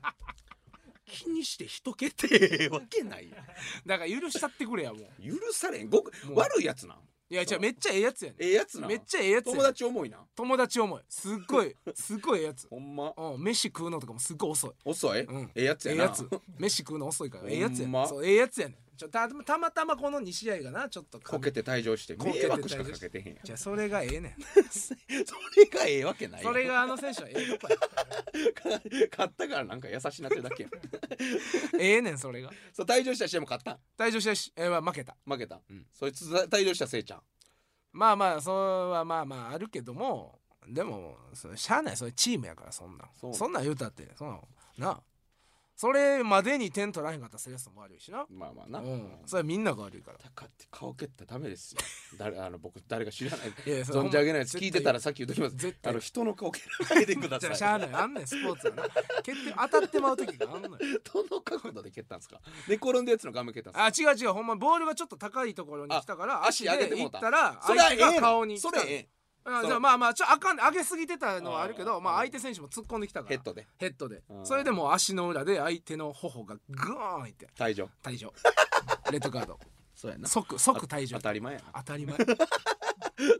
S1: 気にして人けてええわけないやん
S2: だから許しちゃってくれやもう
S1: 許されんごく
S2: もう
S1: 悪いやつなん
S2: いやじゃめっちゃええやつやね
S1: ええやつなん
S2: めっちゃええやつやね
S1: 友達思いなん
S2: 友達思いすっごいすっごいええやつ
S1: ほんま
S2: うん飯食うのとかもすっごい遅い
S1: 遅い、
S2: うん
S1: ええや
S2: え
S1: つや
S2: え
S1: な
S2: やつ飯食うの遅いからええやつや
S1: ほん
S2: ねん
S1: ま
S2: そうええやつやねんちょたたまたまこの2試合がなちょっと
S1: こけて退場して
S2: こけて
S1: 迷惑しかかけてへんやん
S2: じゃあそれがええねん
S1: それがええわけないやん
S2: それがあの選手はええとこや
S1: 買ったからなんか優しいなってるだけやん
S2: ええねんそれが
S1: そう退場した試合も勝ったん
S2: 退場したし、えー、負けた
S1: 負けた、そいつ退場したせいちゃん
S2: まあまあそれはまあまああるけどもでもそれしゃあないそれチームやからそんなん
S1: そう
S2: そんなん言うたってそんなんなあそれまでに点取らへんかったらセレッソも悪いしな
S1: まあまあな、
S2: うんそれはみんなが悪いから
S1: だからって顔蹴ったらダメですよ誰あの僕誰か知らない
S2: いやい やそれ
S1: 存じ上げないです
S2: ほんま
S1: 聞いてたらさっき言っときま す
S2: 絶対
S1: あの人の顔蹴 らないでくだ
S2: じ
S1: さ
S2: ゃ
S1: い
S2: あしゃあ ないあんねんスポーツはな決定当たってまう時があんのよ
S1: どの角度で蹴ったんですか寝転んだやつの顔面蹴ったんですか
S2: あ違う違うほんまボールがちょっと高いところに来たから
S1: あ足
S2: 足
S1: 上げて
S2: で行
S1: もう
S2: ったたら
S1: それは
S2: 相
S1: え
S2: 手
S1: えや
S2: が
S1: ろ
S2: 顔に来
S1: そ
S2: た
S1: れはええ
S2: あ
S1: そう
S2: じゃあまあまあちょあかん上げすぎてたのはあるけ
S1: あ
S2: ど
S1: ー
S2: まあ
S1: あー
S2: 相手選手も突っ込んできたから
S1: ヘッドで
S2: ヘッドで
S1: あー
S2: それでもう足の裏で相手の頬がグーンって
S1: 退場
S2: 退 場レッドカード
S1: そうやな
S2: 即即退場
S1: 当たり前やな
S2: 当たり 前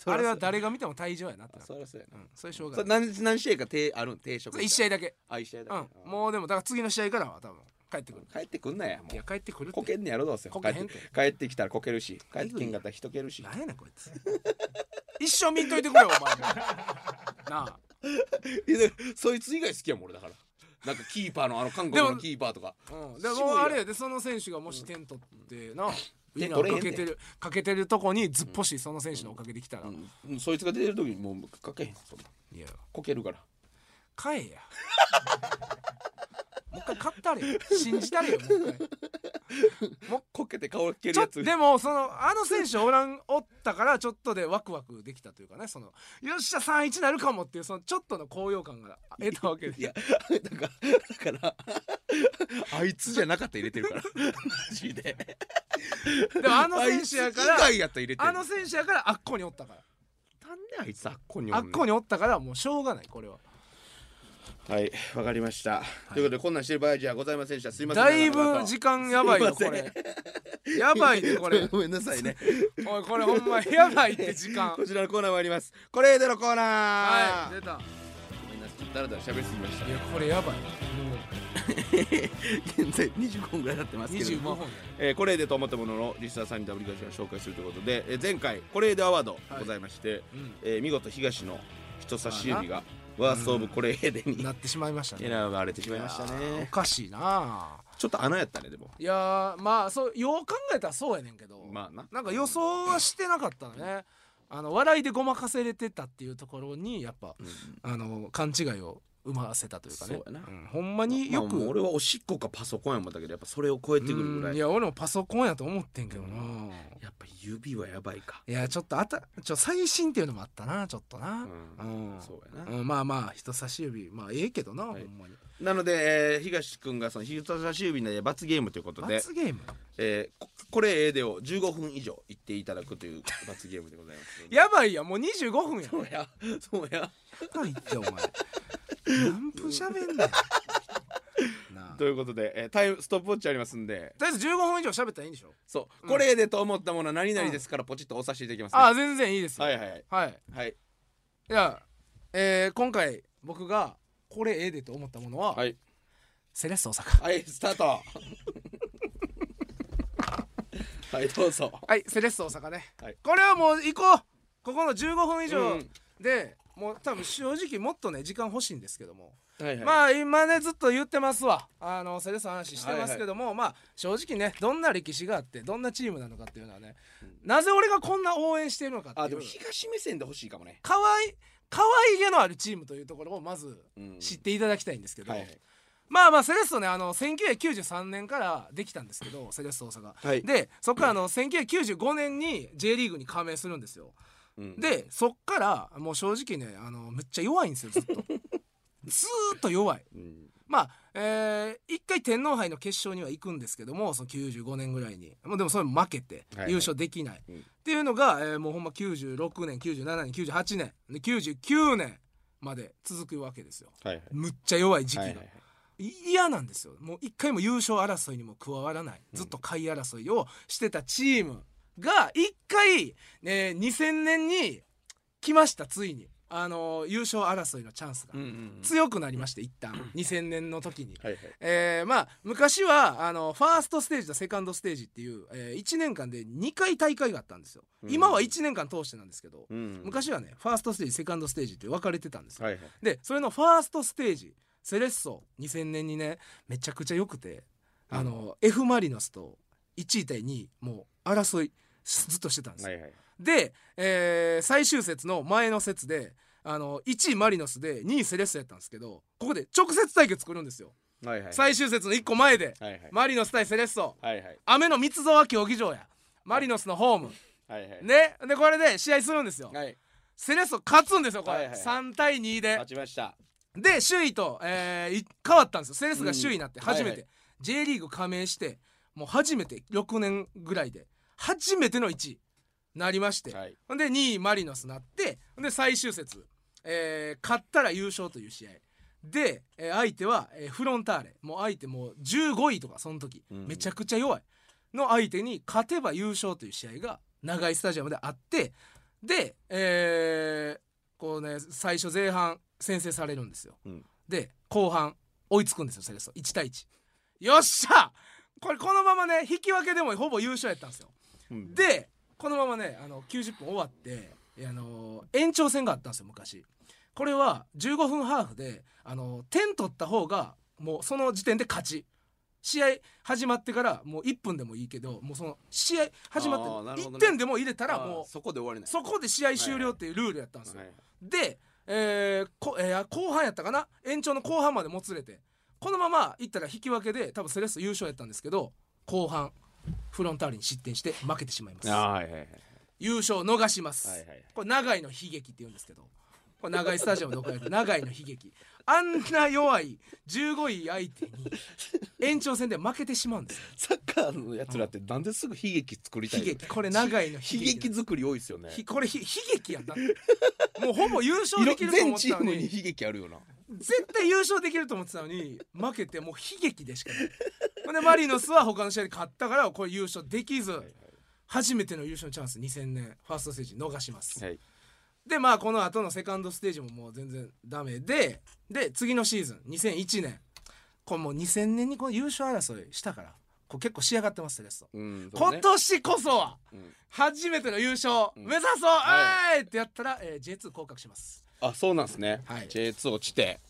S1: そ
S2: あれ
S1: りゃ
S2: は誰が見ても退場やなってな
S1: そりゃそうやな
S2: うんそれしょうが
S1: それ
S2: ない
S1: 何何試合か定あるん定食
S2: 1試
S1: 合
S2: 合だけ
S1: あ一試合
S2: う
S1: だ
S2: んもうでもだから次の試合からは多分帰ってくる
S1: 帰ってくんなやも
S2: いうや帰ってくる
S1: こけんねやろどうせ帰
S2: こけ
S1: っ
S2: へん
S1: て
S2: て
S1: 帰ってきたらこけるし帰ってきんかったら人けるし
S2: なんやねんこいつ 一生見んといてくれよお前もなあ
S1: いやでそいつ以外好きやもん俺だからなんかキーパーのあの韓国
S2: で
S1: の
S2: も
S1: キーパーとか
S2: うん、でも
S1: 渋いやん
S2: あれやでその選手がもし点取ってな、みんな
S1: 点取れ
S2: か
S1: へんで
S2: けてるかけてるとこにずっぽしその選手のおかげできたら、
S1: うんそいつが出てる時にもうかけへんそんない
S2: や
S1: こけるから
S2: 買えやもう一回買ったれや信じたれよもう一回
S1: こけて顔蹴
S2: ち
S1: る
S2: ょ
S1: や
S2: っと
S1: つ
S2: でもそのあの選手おらんおったからちょっとでワクワクできたというかねそのよっしゃ3-1なるかもっていうそのちょっとの高揚感が得たわけ
S1: い
S2: で
S1: やだからだからあいつじゃなかったら入れてるからマジで
S2: でもあの選手やから
S1: あいつ以外やったら入れてる
S2: あの選手やからあっこにおったか
S1: なんであいつあっこに
S2: らあ
S1: お
S2: っ
S1: んの
S2: こにおったからもうしょうがないこれは
S1: はいわかりました、ということでこんなんしてる場合じゃございませんでしたすいません
S2: だい
S1: なかな
S2: ぶ
S1: か
S2: 時間やばいよ
S1: すい
S2: こ
S1: ません
S2: れやばいねこ れ
S1: ごめんなさいね
S2: おいこれほんまやばいって時 間
S1: こちらのコーナー参りますこれでのコーナー
S2: はい出た
S1: ごめんなさいだらだら喋りすぎました
S2: いやこれやばいも
S1: 現在25分ぐらい経ってま
S2: う
S1: すけれ
S2: 25
S1: ども
S2: 本や
S1: えーこれでと思ったもののリスナーさんにダブリガジを紹介するということで、えー前回これでアワードございまして、
S2: うん
S1: えー見事東の人差し指がワーストオブコレーデに
S2: なってしまいましたね
S1: 選ばれてしまいました
S2: お
S1: ね
S2: かしいな
S1: ちょっと穴やったねでも
S2: いやーまあそうよう考えたらそうやねんけど、
S1: まあな
S2: なんか予想はしてなかったねあの笑いでごまかせれてたっていうところにやっぱ、あの勘違いを生ませたというかね
S1: そうやなん
S2: ほんまによ
S1: まあ
S2: く、
S1: もう俺はおしっこかパソコンや思ったけどやっぱそれを超えてくるぐら
S2: うん
S1: い
S2: い
S1: や
S2: や俺もパソコンやと思ってんけどな、
S1: うん
S2: い
S1: っぱ指はやばいか
S2: やちょっとあたちょ最新っていうのもあったなちょっとな
S1: う
S2: うん、
S1: そうやな、
S2: うんまあまあ人差し指まあええけどな、
S1: はい
S2: ほんまに
S1: なので、えー、東君がその人差し指の罰ゲームということで
S2: 罰ゲーム
S1: えーここれええでを15分以上言っていただくという罰ゲームでございますので
S2: やばいやもう25分や
S1: そうやそうや
S2: 何言ってお前何分喋 んねんなあ
S1: ということで、えータイムストップウォッチありますんで
S2: とりあえず15分以上喋ったらいいんでしょ
S1: そう、
S2: うん
S1: これええでと思ったものは何々ですからポチッと押させていただきます、ね
S2: ああ全然いいですよ
S1: はいはいはい
S2: はい
S1: はい
S2: じゃあ、えー今回僕がこれええでと思ったものは、
S1: はい、
S2: セレッソ大阪
S1: はい、スタ ートはいどうぞ
S2: はいセレッソ大阪ね、
S1: はい
S2: これはもう行こうここの15分以
S1: う
S2: 上
S1: ん
S2: で、もう多分正直もっとね時間欲しいんですけども、
S1: はいはい
S2: まあ今ねずっと言ってますわあのセレッソの話してますけども、まあ正直ねどんな歴史があってどんなチームなのかっていうのはね、なぜ俺がこんな応援してるのかって
S1: あ
S2: い
S1: で
S2: う
S1: も東目線で欲しいかもね、
S2: かわい可愛げのあるチームというところをまず
S1: うん
S2: 知っていただきたいんですけど、
S1: はいはい
S2: まあまあセレッソねあの1993年からできたんですけどセレッソ大阪、
S1: はい
S2: でそっからあの1995年に J リーグに加盟するんですよ
S1: うん
S2: でそっからもう正直ねあのめっちゃ弱いんですよずっと ずーっと弱い
S1: うん
S2: まあえー一回天皇杯の決勝には行くんですけどもその95年ぐらいにもうでもそれも負けて
S1: はいはい
S2: 優勝できない、
S1: うん
S2: っていうのが、えーもうほんま96年97年98年で99年まで続くわけですよ
S1: はいはい
S2: むっちゃ弱い時期が、
S1: はいはいはい
S2: い嫌なんですよもう一回も優勝争いにも加わらないずっと下位争いをしてたチームが一回、えー2000年に来ましたついに、あのー優勝争いのチャンスが
S1: うんうんうん
S2: 強くなりまして一旦2000年の時に。
S1: はいはい
S2: えーまあ昔はあのファーストステージとセカンドステージっていう、え1年間で2回大会があったんですよ、
S1: うん
S2: 今は1年間通してなんですけど、
S1: うん
S2: 昔はねファーストステージセカンドステージって分かれてたんですよ、
S1: はいはい
S2: でそれのファーストステージセレッソ2000年にねめちゃくちゃ良くてあの、F ・マリノスと1位対2位もう争いずっとしてたんですよ、
S1: はいはい
S2: で、えー最終節の前の節であの1位マリノスで2位セレッソやったんですけどここで直接対決作るんですよ
S1: はいはい
S2: 最終節の1個前で、
S1: はいはい
S2: マリノス対セレッソ
S1: はいはい
S2: 雨の三沢競技場やマリノスのホーム、
S1: はいはい
S2: ねでこれで試合するんですよ、
S1: はい
S2: セレッソ勝つんですよこれ、
S1: はいはいはい
S2: 3対2で
S1: 勝ちました
S2: で首位と、えーい変わったんですよセレッソが首位になって
S1: うん
S2: 初めて、
S1: はいはい
S2: J リーグ加盟してもう初めて6年ぐらいで初めての1位なりまして、
S1: はい
S2: ほんで2位マリノスなってほんで最終節、えー勝ったら優勝という試合で、えー相手は、えーフロンターレもう相手もう15位とかその時、
S1: うん
S2: めちゃくちゃ弱いの相手に勝てば優勝という試合が長いスタジアムであってで、えーこうね最初前半先制されるんですよ、
S1: うん
S2: で後半追いつくんですよセレッソ1対1よっしゃこれこのままね引き分けでもほぼ優勝やったんですよ
S1: うん
S2: でこのままねあの90分終わって、あの延長戦があったんですよ昔これは15分ハーフで、あの点取った方がもうその時点で勝ち試合始まってからもう1分でもいいけどもうその試合始ま
S1: あーな
S2: っ
S1: る
S2: て
S1: ほど
S2: 1
S1: ね
S2: 点でも入れたら
S1: あ
S2: も
S1: ーそこで終わり
S2: う
S1: ない
S2: そこで試合終了っていうルールやったんですよ、
S1: はい
S2: で、えーこえー後半やったかな延長の後半までもつれてこのままいったら引き分けで多分セレッソ優勝やったんですけど後半フロンターレに失点して負けてしまいます
S1: ああはいはいはい
S2: 優勝を逃します、
S1: はいはい
S2: これ長井の悲劇って言うんですけどこれ長井スタジアムの岡山長井の悲劇あんな弱い15位相手に延長戦で負けてしまうんですよ
S1: サッカーのやつらってなんですぐ悲劇作りたい
S2: 悲
S1: の
S2: 劇これ長井の悲
S1: 悲
S2: 劇
S1: 劇作り多いですよね
S2: ひこれひ悲劇やんだってもうほぼ優勝
S1: いろ
S2: できると思
S1: 全
S2: っ
S1: チ
S2: てた
S1: ーム
S2: のに
S1: に悲劇あるよな
S2: 絶対優勝できると思ってたのに負けてもう悲劇でしかないほんでマリノスは他の試合で勝ったからこれ優勝できず、初めての優勝のチャンス2000年ファーストステージ逃します、
S1: はい
S2: でまあこの後のセカンドステージももう全然ダメでで次のシーズン2001年これもう2000年にこの優勝争いしたからこう結構仕上がってますセレッソ、
S1: うんそう
S2: 今
S1: ね
S2: 年こそは
S1: うん
S2: 初めての優勝
S1: ん
S2: 目指そう、
S1: は
S2: えいってやったら、えー J2 降格します、
S1: あそうなんですね
S2: はい
S1: J2 落ちて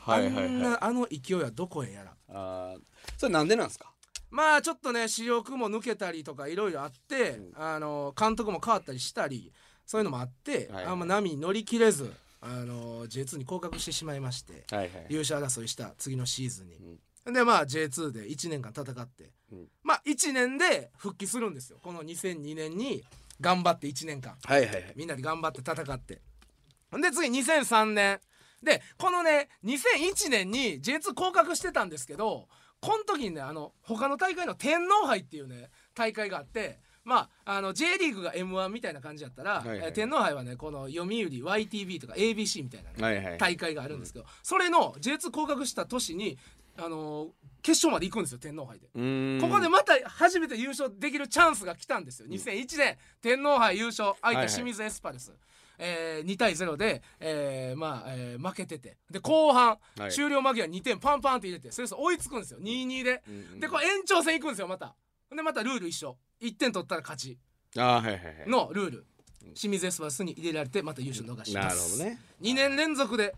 S1: はいはい
S2: あん
S1: はい
S2: なあの勢いはどこへやら
S1: あーそれなんでなんですか
S2: まあちょっとね視力も抜けたりとかいろいろあって、あの監督も変わったりしたりそういうのもあって、
S1: はい
S2: あんま波に乗り切れずあの J2 に降格してしまいまして、
S1: はいはい
S2: 優勝争いした次のシーズンに、でまあ J2 で1年間戦って、
S1: うん
S2: まあ1年で復帰するんですよこの2002年に頑張って1年間
S1: はいはいはい
S2: みんなで頑張って戦ってで次2003年でこのね2001年に J2 降格してたんですけどこの時にねあの他の大会の天皇杯っていうね大会があってまああの J リーグが m 1みたいな感じだったら、
S1: はいはい
S2: えー天皇杯はねこの読売 YTV とか ABC みたいなね、
S1: はいはい
S2: 大会があるんですけど、それの J2 降格した年に、あのー決勝まで行くんですよ天皇杯で。
S1: うーん
S2: ここでまた初めて優勝できるチャンスが来たんですよ2001年天皇杯優勝
S1: い
S2: 相
S1: は
S2: 手
S1: い
S2: 清水エスパルス、えー2対0で、えーまあえー負けててで後半、
S1: はい
S2: 終了間際2点パンパンって入れてそれこそ追いつくんですよ2-2で
S1: うんうん
S2: でこれ延長戦行くんですよまたでまたルール一緒1点取ったら勝ち
S1: あーはいはいはい
S2: のルール清水エスパルスに入れられてまた優勝逃し
S1: な
S2: ま
S1: るほ
S2: す、
S1: どね
S2: 2年連続で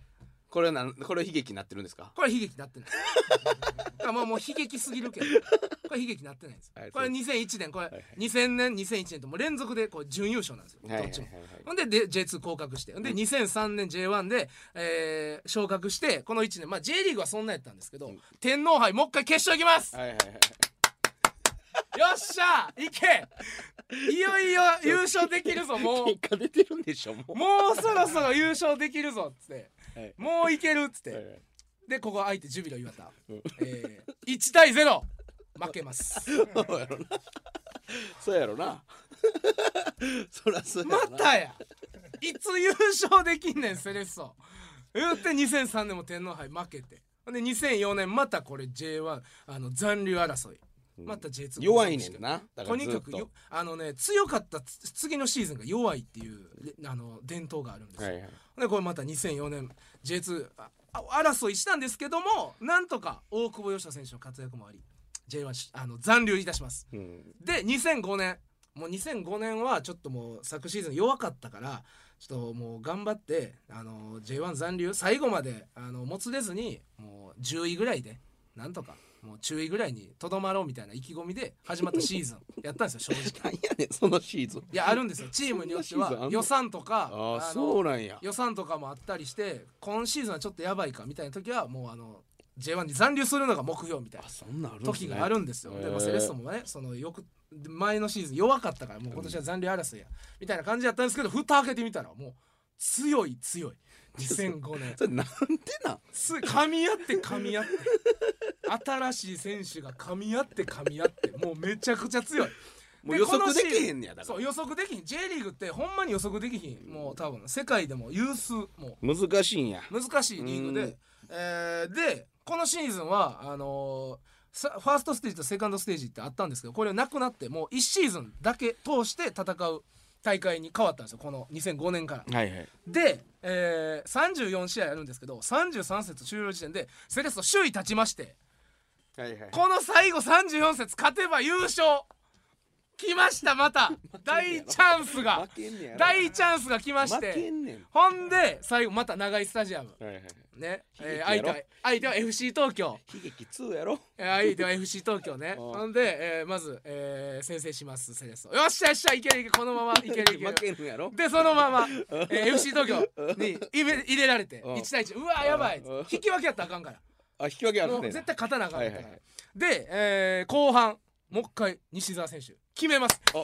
S1: これなんこれ悲劇になってるんですか
S2: これ悲劇になってないあもうもう悲劇すぎるけどこれ悲劇になってないんです
S1: はい
S2: これ
S1: そう
S2: 2001年これ
S1: いはい
S2: 2000年2001年ともう連続でこう準優勝なんですよど
S1: はいは
S2: っ
S1: いはい
S2: ち
S1: は
S2: も
S1: い。
S2: ほんでで J2 降格してほんで2003年 J1 で、えー昇格してこの1年、まあ、J リーグはそんなやったんですけど、天皇杯もう一回決勝行きます、
S1: はいはいはい
S2: よっしゃ行けいよいよ優勝できるぞもう
S1: 結果出てるんでしょもう
S2: もうそろそろ優勝できるぞっつって、
S1: はい
S2: もういけるっつって、
S1: はいはい
S2: でここ相手ジュビロ磐田、
S1: うん
S2: えー、1対0負け ます
S1: そうやろな。そうやろな。 そらそうや
S2: ま
S1: ろな。
S2: たやいつ優勝できんねんセレッソ言って2003年も天皇杯負けてほんで2004年またこれ J1 あの残留争いまた J2
S1: 弱いねんな。だか
S2: と
S1: らず
S2: に
S1: っ
S2: かくよあのね強かったつ次のシーズンが弱いっていうであの伝統があるんですよ、
S1: はいはい。
S2: でこれまた2004年 J2 ああ争いしたんですけどもなんとか大久保嘉人選手の活躍もあり J1 しあの残留いたします
S1: うん。
S2: で2005年もう2005年はちょっともう昨シーズン弱かったからちょっともう頑張ってあの J1 残留最後まであのもつれずにもう10位ぐらいでなんとかもう中位ぐらいにとどまろうみたいな意気込みで始まったシーズンやったんですよ正直
S1: なんやねんそのシーズン。
S2: いやあるんですよチームによって
S1: そんなシーズンあん
S2: は
S1: の
S2: 予算とか
S1: ああ
S2: あの
S1: そうなんや。
S2: 予算とかもあったりして今シーズンはちょっとやばいかみたいな時はもうあの J1 に残留するのが目標みたいな
S1: あそんなんあるんすね
S2: 時があるんですよ。
S1: へえ
S2: でもセレッソもねそのよく前のシーズン弱かったからもう今年は残留争いやみたいな感じだったんですけど蓋開けてみたらもう強い強い2005年
S1: それなんでなん。
S2: す噛み合って噛み合って新しい選手が噛み合って噛み合ってもうめちゃくちゃ強い。
S1: もう予測できへんねや
S2: だか
S1: だから
S2: そう
S1: ら。
S2: 予測できひん J リーグってほんまに予測できひんもう多分世界でも有数もう
S1: 難しいんや。
S2: 難しいリーグ
S1: う
S2: で
S1: ん、
S2: えーでこのシーズンはあのーさファーストステージとセカンドステージってあったんですけどこれなくなってもう1シーズンだけ通して戦う大会に変わったんですよこの2005年から。
S1: はいはい。
S2: で、えー34試合あるんですけど33節終了時点でセレッソ首位立ちまして
S1: はいはい。
S2: この最後34節勝てば優勝来ましたま た大チャンスが
S1: 負けんねやろ。
S2: 大チャンスが来まし
S1: 負け
S2: て
S1: んねん。
S2: ほんで最後また長いスタジアム。
S1: はいはい。
S2: ね、
S1: 悲
S2: え
S1: 劇
S2: ー
S1: や
S2: 相手
S1: ろ
S2: は相手は FC 東京
S1: 悲劇2やろ。
S2: えー相手は FC 東京 ね
S1: ああ
S2: ほんで、えーまず、えー先制しますセレッソよっしゃよっしゃいけるいけるこの ままいけるいけ
S1: 負
S2: る
S1: けんねやろ。
S2: でそのまま、えー FC 東京に入れ入れられて
S1: ああ
S2: 1対1うわやばい
S1: ああ
S2: 引き分けやったらあかんから
S1: あ引き分けある
S2: もう
S1: ねん
S2: 絶対勝たなあかん
S1: は
S2: か
S1: い
S2: っ
S1: は
S2: た
S1: いは
S2: か
S1: い
S2: ら、で、えー後半もう一回西澤選手決めます
S1: お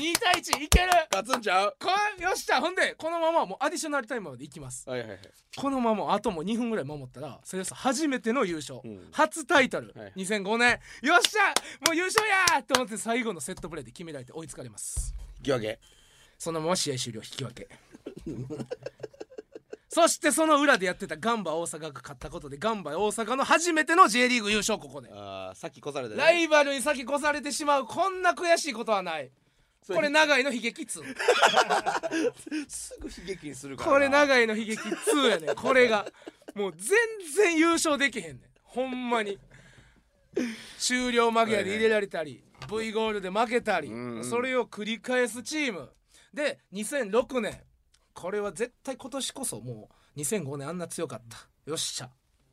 S2: 2対1いける
S1: 勝つんちゃう
S2: こよっしゃほんでこのままもうアディショナルタイムまでいきます
S1: はいはいはい
S2: このままあともう2分ぐらい守ったらそれこそ初めての優勝、
S1: うん
S2: 初タイトル、
S1: はい
S2: 2005年よっしゃもう優勝やーと思って最後のセットプレーで決められて追いつかれます
S1: 引き分け
S2: そのまま試合終了引き分 けそしてその裏でやってたガンバ大阪が勝ったことでガンバ大阪の初めての J リーグ優勝ここで
S1: あーさっき越されたね
S2: ライバルに先越されてしまうこんな悔しいことはない
S1: そ
S2: これ長井の悲劇2
S1: すぐ悲劇にするから
S2: これ長井の悲劇2やねんこれがもう全然優勝できへんねんほんまに終了間際で入れられたり V ゴールで負けたり
S1: うんうん
S2: それを繰り返すチームで2006年これは絶対今年こそもう2005年あんな強かったよっしゃ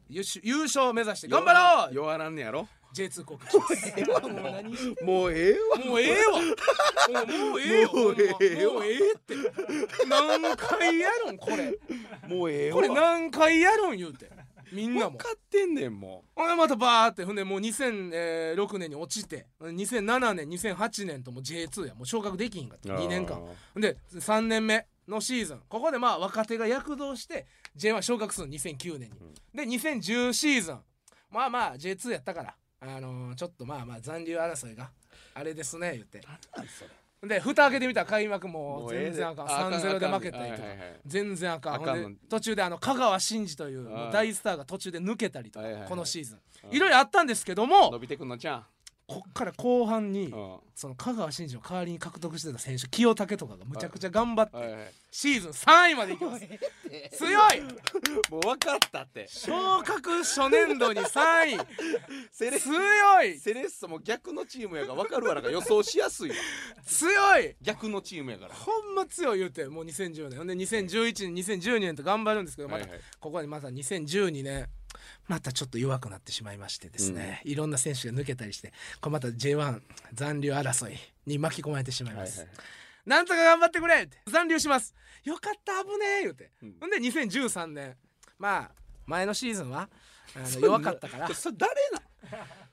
S2: 優勝優勝を目指して頑張ろう
S1: 弱らんねやろ
S2: J2 国旗ですもう何してんの
S1: もうええわ
S2: もうええわもうもうええよ
S1: もうええわ
S2: ほんまもうええって何回やるんこれ
S1: もうええわ
S2: これ何回やるん言うてみんな
S1: 分
S2: も
S1: かってんねんも
S2: ほんでまたバーってほんでもう2006年に落ちて2007年2008年とも J2 やもう昇格できひんかった
S1: う
S2: 2年間
S1: あー
S2: ほんで3年目のシーズンここでまあ若手が躍動して J1 昇格するの2009年に、で2010シーズンまあまあ J2 やったからあのーちょっとまあまあ残留争いがあれですね言って
S1: なんそれ
S2: で蓋開けてみたら開幕も
S1: もうええで
S2: 全然あかん
S1: ああかん
S2: 3-0で負けたりとか
S1: はいはいはい
S2: 全然あかん
S1: あかんの
S2: ほんで途中であの香川真司という
S1: あー
S2: もう大スターが途中で抜けたりとか
S1: はいはいはい
S2: このシーズン
S1: うん
S2: いろいろあったんですけど
S1: 伸
S2: も
S1: びてくんのちゃ
S2: こっから後半に
S1: ううんは
S2: その香川真司の代わりに獲得してた選手清武とかがむちゃくちゃ頑張っ
S1: いはい
S2: てシーズン3位までいきます強い
S1: もう分かったって
S2: 昇格初年度に3位
S1: セレ
S2: 強い
S1: セレッソも逆のチームやから分かるわなんか予想しやすいわ
S2: 強い
S1: 逆のチームやから
S2: ほんま強い言うてもう2010年ほんで2011年2012年と頑張るんですけどまた
S1: はいはい
S2: ここにまた2012年またちょっと弱くなってしまいましてですね、いろんな選手が抜けたりしてこれまた J1 残留争いに巻き込まれてしまいます、
S1: はいはい
S2: なんとか頑張ってくれって残留しますよかった危ねえ言うて、
S1: うん
S2: ほんで2013年まあ前のシーズンはあの弱かった から
S1: それ誰な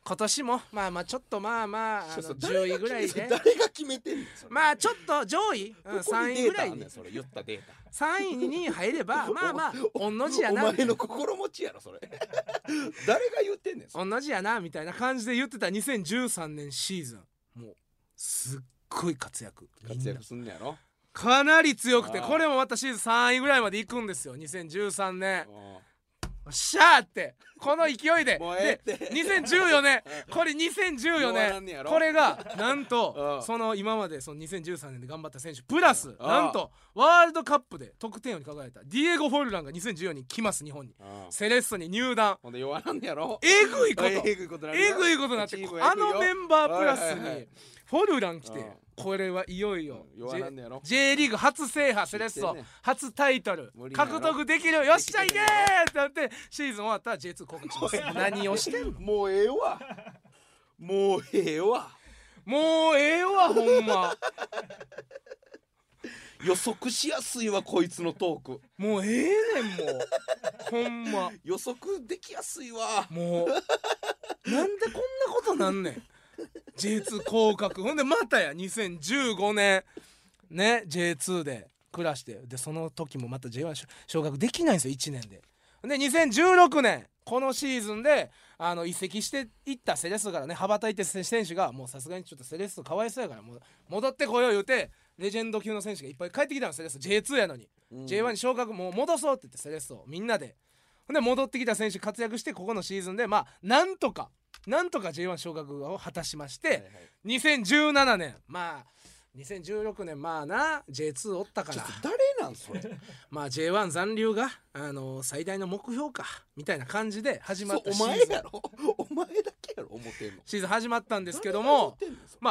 S2: 今年もまあまあちょっとまあまああの
S1: そうそう
S2: 10位ぐらい
S1: そ
S2: で
S1: れ誰が決めてんのそれ
S2: まあちょっと上位、うん、
S1: どこ
S2: 3
S1: に
S2: 位
S1: デ
S2: ぐ
S1: ータ
S2: らい
S1: あん
S2: に
S1: ねんそれ言ったデータ
S2: 3位に入れ ばまあまあ御の字やな
S1: お
S2: みたい
S1: 前
S2: な
S1: の心持ちやろそれ 誰が言ってんねんそれ
S2: 同じやなみたいな感じで言ってた2013年シーズンもうすっごい活躍みんな
S1: 活躍すんねや ろ
S2: かなり強くて
S1: あー
S2: これもまたシーズン3位ぐらいまで行くんですよ2013年
S1: うん
S2: おっしゃーってこの勢いで
S1: もうええ
S2: で
S1: って
S2: 2014年これ2014
S1: 終わらんね
S2: 年
S1: やろ
S2: これ がなんと
S1: うん
S2: その今までその2013年で頑張った選手プラス
S1: あー
S2: なんとワールドカップで得点王に輝いたディエゴ・フォルランが2014に来ます日本に
S1: うん
S2: セレッソに入団
S1: ほんで弱らんねやろ
S2: えぐいこと
S1: えぐいことなるよ
S2: えぐいことになって
S1: チームは
S2: あ
S1: えぐいよ
S2: のメンバープラス
S1: はいはいは
S2: に
S1: い
S2: フォルラン来
S1: う
S2: て
S1: ん
S2: これはいよいよ
S1: うん弱らんねやろ
S2: J J リーグ初制覇セレッ
S1: 知って
S2: ソ
S1: んねん
S2: 初タイトル
S1: 無理なんやろ
S2: 獲得できるよっしゃい
S1: で
S2: け
S1: き
S2: ー
S1: てんねん
S2: ってなってシーズン終わったら J2 降格します何をしてんの
S1: もうええわもうええわ
S2: もうええわほんま
S1: 予測しやすいわこいつのトーク
S2: もうええねんもうほんま
S1: 予測できやすいわ
S2: もうなんでこんなことなんねん J2 降格ほんでまたや2015年ね J2 で暮らしてでその時もまた J1 しょ昇格できないんですよ1年でほんで2016年このシーズンであの移籍していったセレッソからね羽ばたいてる選手がもうさすがにちょっとセレッソかわいそうやからもう戻ってこよう言うてレジェンド級の選手がいっぱい帰ってきたのセレッソ J2 やのに、J1 に昇格もう戻そうって言ってセレッソをみんなでほんで戻ってきた選手活躍してここのシーズンでまあなんとかなんとか J1 昇格を果たしまして、
S1: はいはい
S2: 2017年まあ2016年まあな J2 おったか
S1: ちょ
S2: ら
S1: っと誰なん それ
S2: まあ J1 残留があの最大の目標かみたいな感じで始ま
S1: そう
S2: った
S1: お
S2: シーズン
S1: 前やろお前だけやろ思ってんの
S2: シーズン始まったんで
S1: です
S2: けども
S1: ま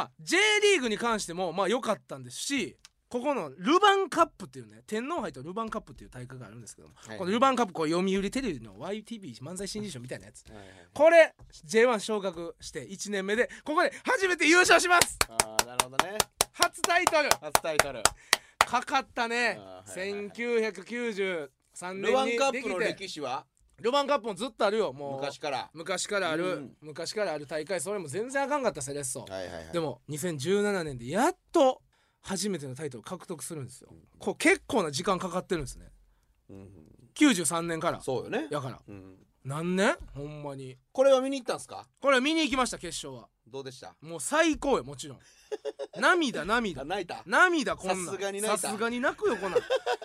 S2: まあ J リーグに関してもまあ良かったんですしここのルヴァンカップっていうね天皇杯とルヴァンカップっていう大会があるんですけども、
S1: はい
S2: このルヴァンカップこう読売テレビの YTV 漫才新人賞みたいなやつ
S1: あ、
S2: これ J1 昇格して1年目でここで初めて優勝します
S1: あーなるほどね
S2: 初タイトル
S1: 初タイトル
S2: かかったね、
S1: あーはいはいはい
S2: 1993
S1: ルワ
S2: 年
S1: ンカ
S2: に
S1: ッ
S2: で
S1: プ
S2: き
S1: の
S2: て
S1: 歴史は
S2: ルヴァンカップもずっとあるよもう
S1: 昔から
S2: 昔からある、
S1: うん
S2: 昔からある大会それも全然あかんかったセレッソ、
S1: はいはいはい
S2: でも2017年でやっと初めてのタイトルを獲得するんですよ、こう結構な時間かかってるんですね
S1: うん
S2: 93年から
S1: そうよね
S2: やから
S1: うん
S2: 何年ほんまに
S1: これは見に行ったんすか
S2: これ見に行きました決勝は
S1: どうでした
S2: もう最高よもちろん涙
S1: あ
S2: 涙
S1: 泣いた
S2: 涙こんなん
S1: さすがに泣いた
S2: さすがに泣くよこんなん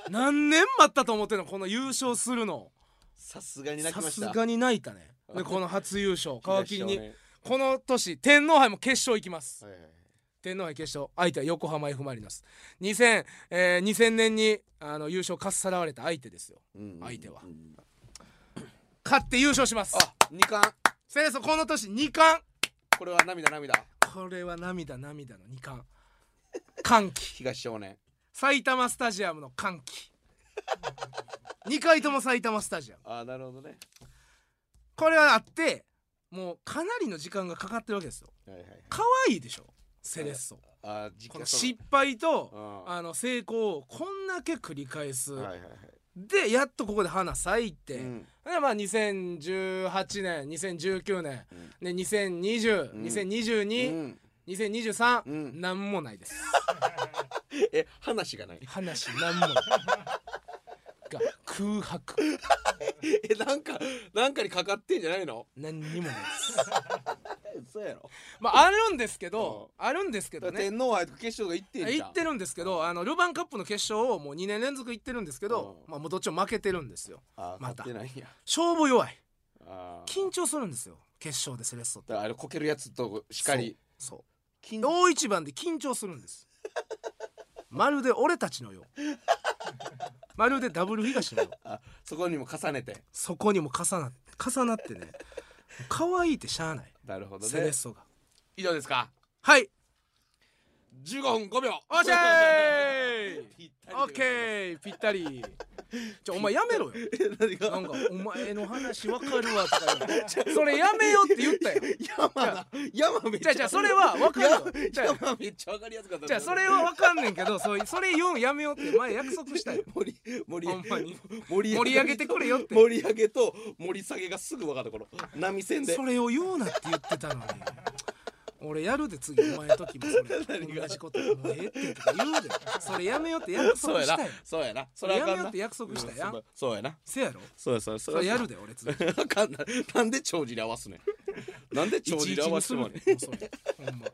S2: 何年待ったと思ってんのこの優勝するの
S1: さすがに泣き
S2: さ
S1: まし
S2: す
S1: た
S2: がに泣いたねでこの初優 勝川切
S1: 東少
S2: に、
S1: 年
S2: この年天皇杯も決勝行きます
S1: はいはいはい
S2: 天皇杯決勝相手は横浜 F ・マリノス2000、えー2000年にあの優勝かっさらわれた相手ですよ
S1: うんうん
S2: 相手は
S1: うん
S2: 勝って優勝します
S1: あ二冠
S2: セレッソこの年2冠
S1: これは涙涙
S2: これは涙涙の2冠歓喜
S1: 東少年
S2: 埼玉スタジアムの歓喜2回とも埼玉スタジアム
S1: あーなるほどね
S2: これはあってもうかなりの時間がかかってるわけですよ
S1: はいはいはい
S2: 可愛いでしょセレッソ
S1: あー実
S2: こ
S1: 家
S2: の
S1: そう
S2: 失敗と
S1: うん
S2: あの成功をこんだけ繰り返す、
S1: はいはいはい
S2: でやっとここで花咲いて、
S1: うん
S2: でまあ2018年2019年、で2020、
S1: んう
S2: 2022、
S1: ん
S2: 2023、
S1: うん
S2: なんもない です
S1: え話がない
S2: 話なんもないが空白
S1: えなんかなんかにかかってんじゃないの
S2: 何にもないです
S1: そうやろ
S2: まああるんですけどあるんですけどね
S1: 天皇杯と決勝が行ってんじ
S2: 行
S1: ゃん
S2: ってるんですけどあのルヴァンカップの決勝をもう2年連続行ってるんですけど、
S1: うん
S2: まあ、もうどっちも負けてるんですよ
S1: あー
S2: ま
S1: 勝
S2: た
S1: ってないんや
S2: 勝負弱い
S1: あー
S2: 緊張するんですよ決勝でセレッソって
S1: だからあれこけるやつとしかり
S2: そう
S1: 緊張
S2: 大一番で緊張するんです まるで俺たちのよう まるでダブル東のよう
S1: あそこにも重ねて
S2: そこにも重なって重なってね可愛いってしゃあない
S1: なるほど
S2: セレ
S1: ね
S2: ッソが
S1: 以上ですか
S2: はい
S1: 15分5秒
S2: オッケー
S1: ぴったり
S2: オッケーぴったりちょお前やめろよ
S1: ー何が
S2: なんか「お前の話わかるわ」とか言う のそれやめよって言ったよ
S1: 山だ山めっち
S2: じゃ
S1: ゃ
S2: あじゃあそれはわかる よじゃあ
S1: 山めっちゃわかりやすかった
S2: じゃあそれはわかんねんけどそうそれ言うんやめようって前約束したよ
S1: 盛り盛
S2: ほんま
S1: り
S2: に
S1: 盛
S2: 盛り上げてくれよって
S1: 盛り上げと盛り下げがすぐ分かったこの波線で
S2: それを言うなって言ってたのに俺やるで次お前の時もそ
S1: 何
S2: れ
S1: が
S2: 同じこともうええってとか言うでそれやめようって約
S1: そ
S2: 束
S1: うや
S2: した
S1: な
S2: やん
S1: そうやなそ
S2: そ
S1: れ
S2: れ
S1: あ
S2: や
S1: か
S2: めよ
S1: ん
S2: う
S1: な
S2: って約束したや
S1: うんんそうやな
S2: せやろ
S1: そうやそうやそ
S2: それやる
S1: で
S2: で俺次い
S1: あかんないなんで長寿に合わすねんなんで
S2: ち
S1: 長寿
S2: い
S1: に
S2: ち
S1: 合わ
S2: に
S1: せ
S2: す
S1: て
S2: る
S1: も
S2: で
S1: ね
S2: もうそれほんま
S1: い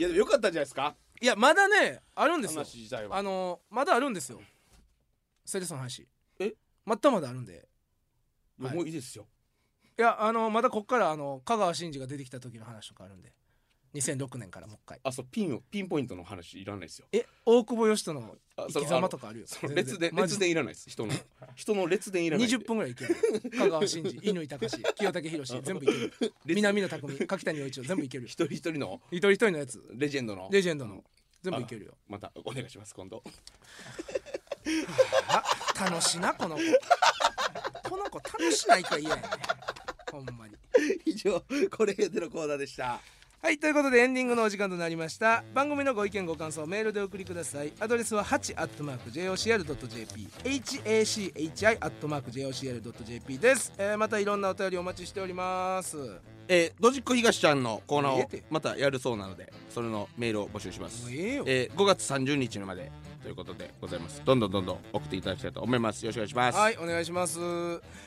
S1: やでもよかったんじゃないですか
S2: いやまだねあるんですよ
S1: 話自体は
S2: あのまだあるんですよセレソンの話
S1: え
S2: またまだあるんで
S1: いや
S2: はい
S1: もういいですよ
S2: いやあのまだこっからあの香川真司が出てきた時の話とかあるんで2006年からもう一回
S1: あそうピンをピンポイントの話いらないですよ
S2: え大久保嘉人の
S1: あ
S2: 生き様とかあるよ
S1: その
S2: 全然
S1: 列で
S2: マジ
S1: 列でいらないです人の人の列でいらないんで
S2: 20分ぐらいいける香川真司乾隆清武 宏全部いける南野拓実柿谷陽一郎全部いける
S1: 一人一人の
S2: 一人一人のやつ
S1: レジェンドの
S2: レジェンドの全部いけるよ
S1: またお願いします今度
S2: あ楽しいなこの子この子楽しないから嫌やねほんまに
S1: 以上これでのコーナーでした
S2: はいということでエンディングのお時間となりました番組のご意見ご感想メールでお送りくださいアドレスは 8-jocr.jp hachi-jocr.jp です、えーまたいろんなお便りお待ちしておりますも
S1: えー、ドジッコ東ちゃんのコーナ
S2: 言え
S1: ー
S2: て
S1: をまたやるそうなのでそれのメールを募集します
S2: うええよ
S1: えー、5月30日までということでございますどんどんどんどん送っていただきたいと思いますよろしくお願いします
S2: はいお願いします、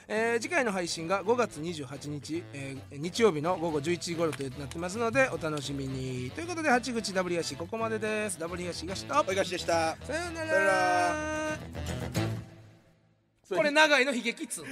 S2: えー次回の配信が5月28日、えー日曜日の午後11時頃となってますのでお楽しみにということで八口ダブリガシここまでですダブリガシ東と
S1: おいがしでした
S2: さような
S1: さような
S2: らこれ長いの悲劇2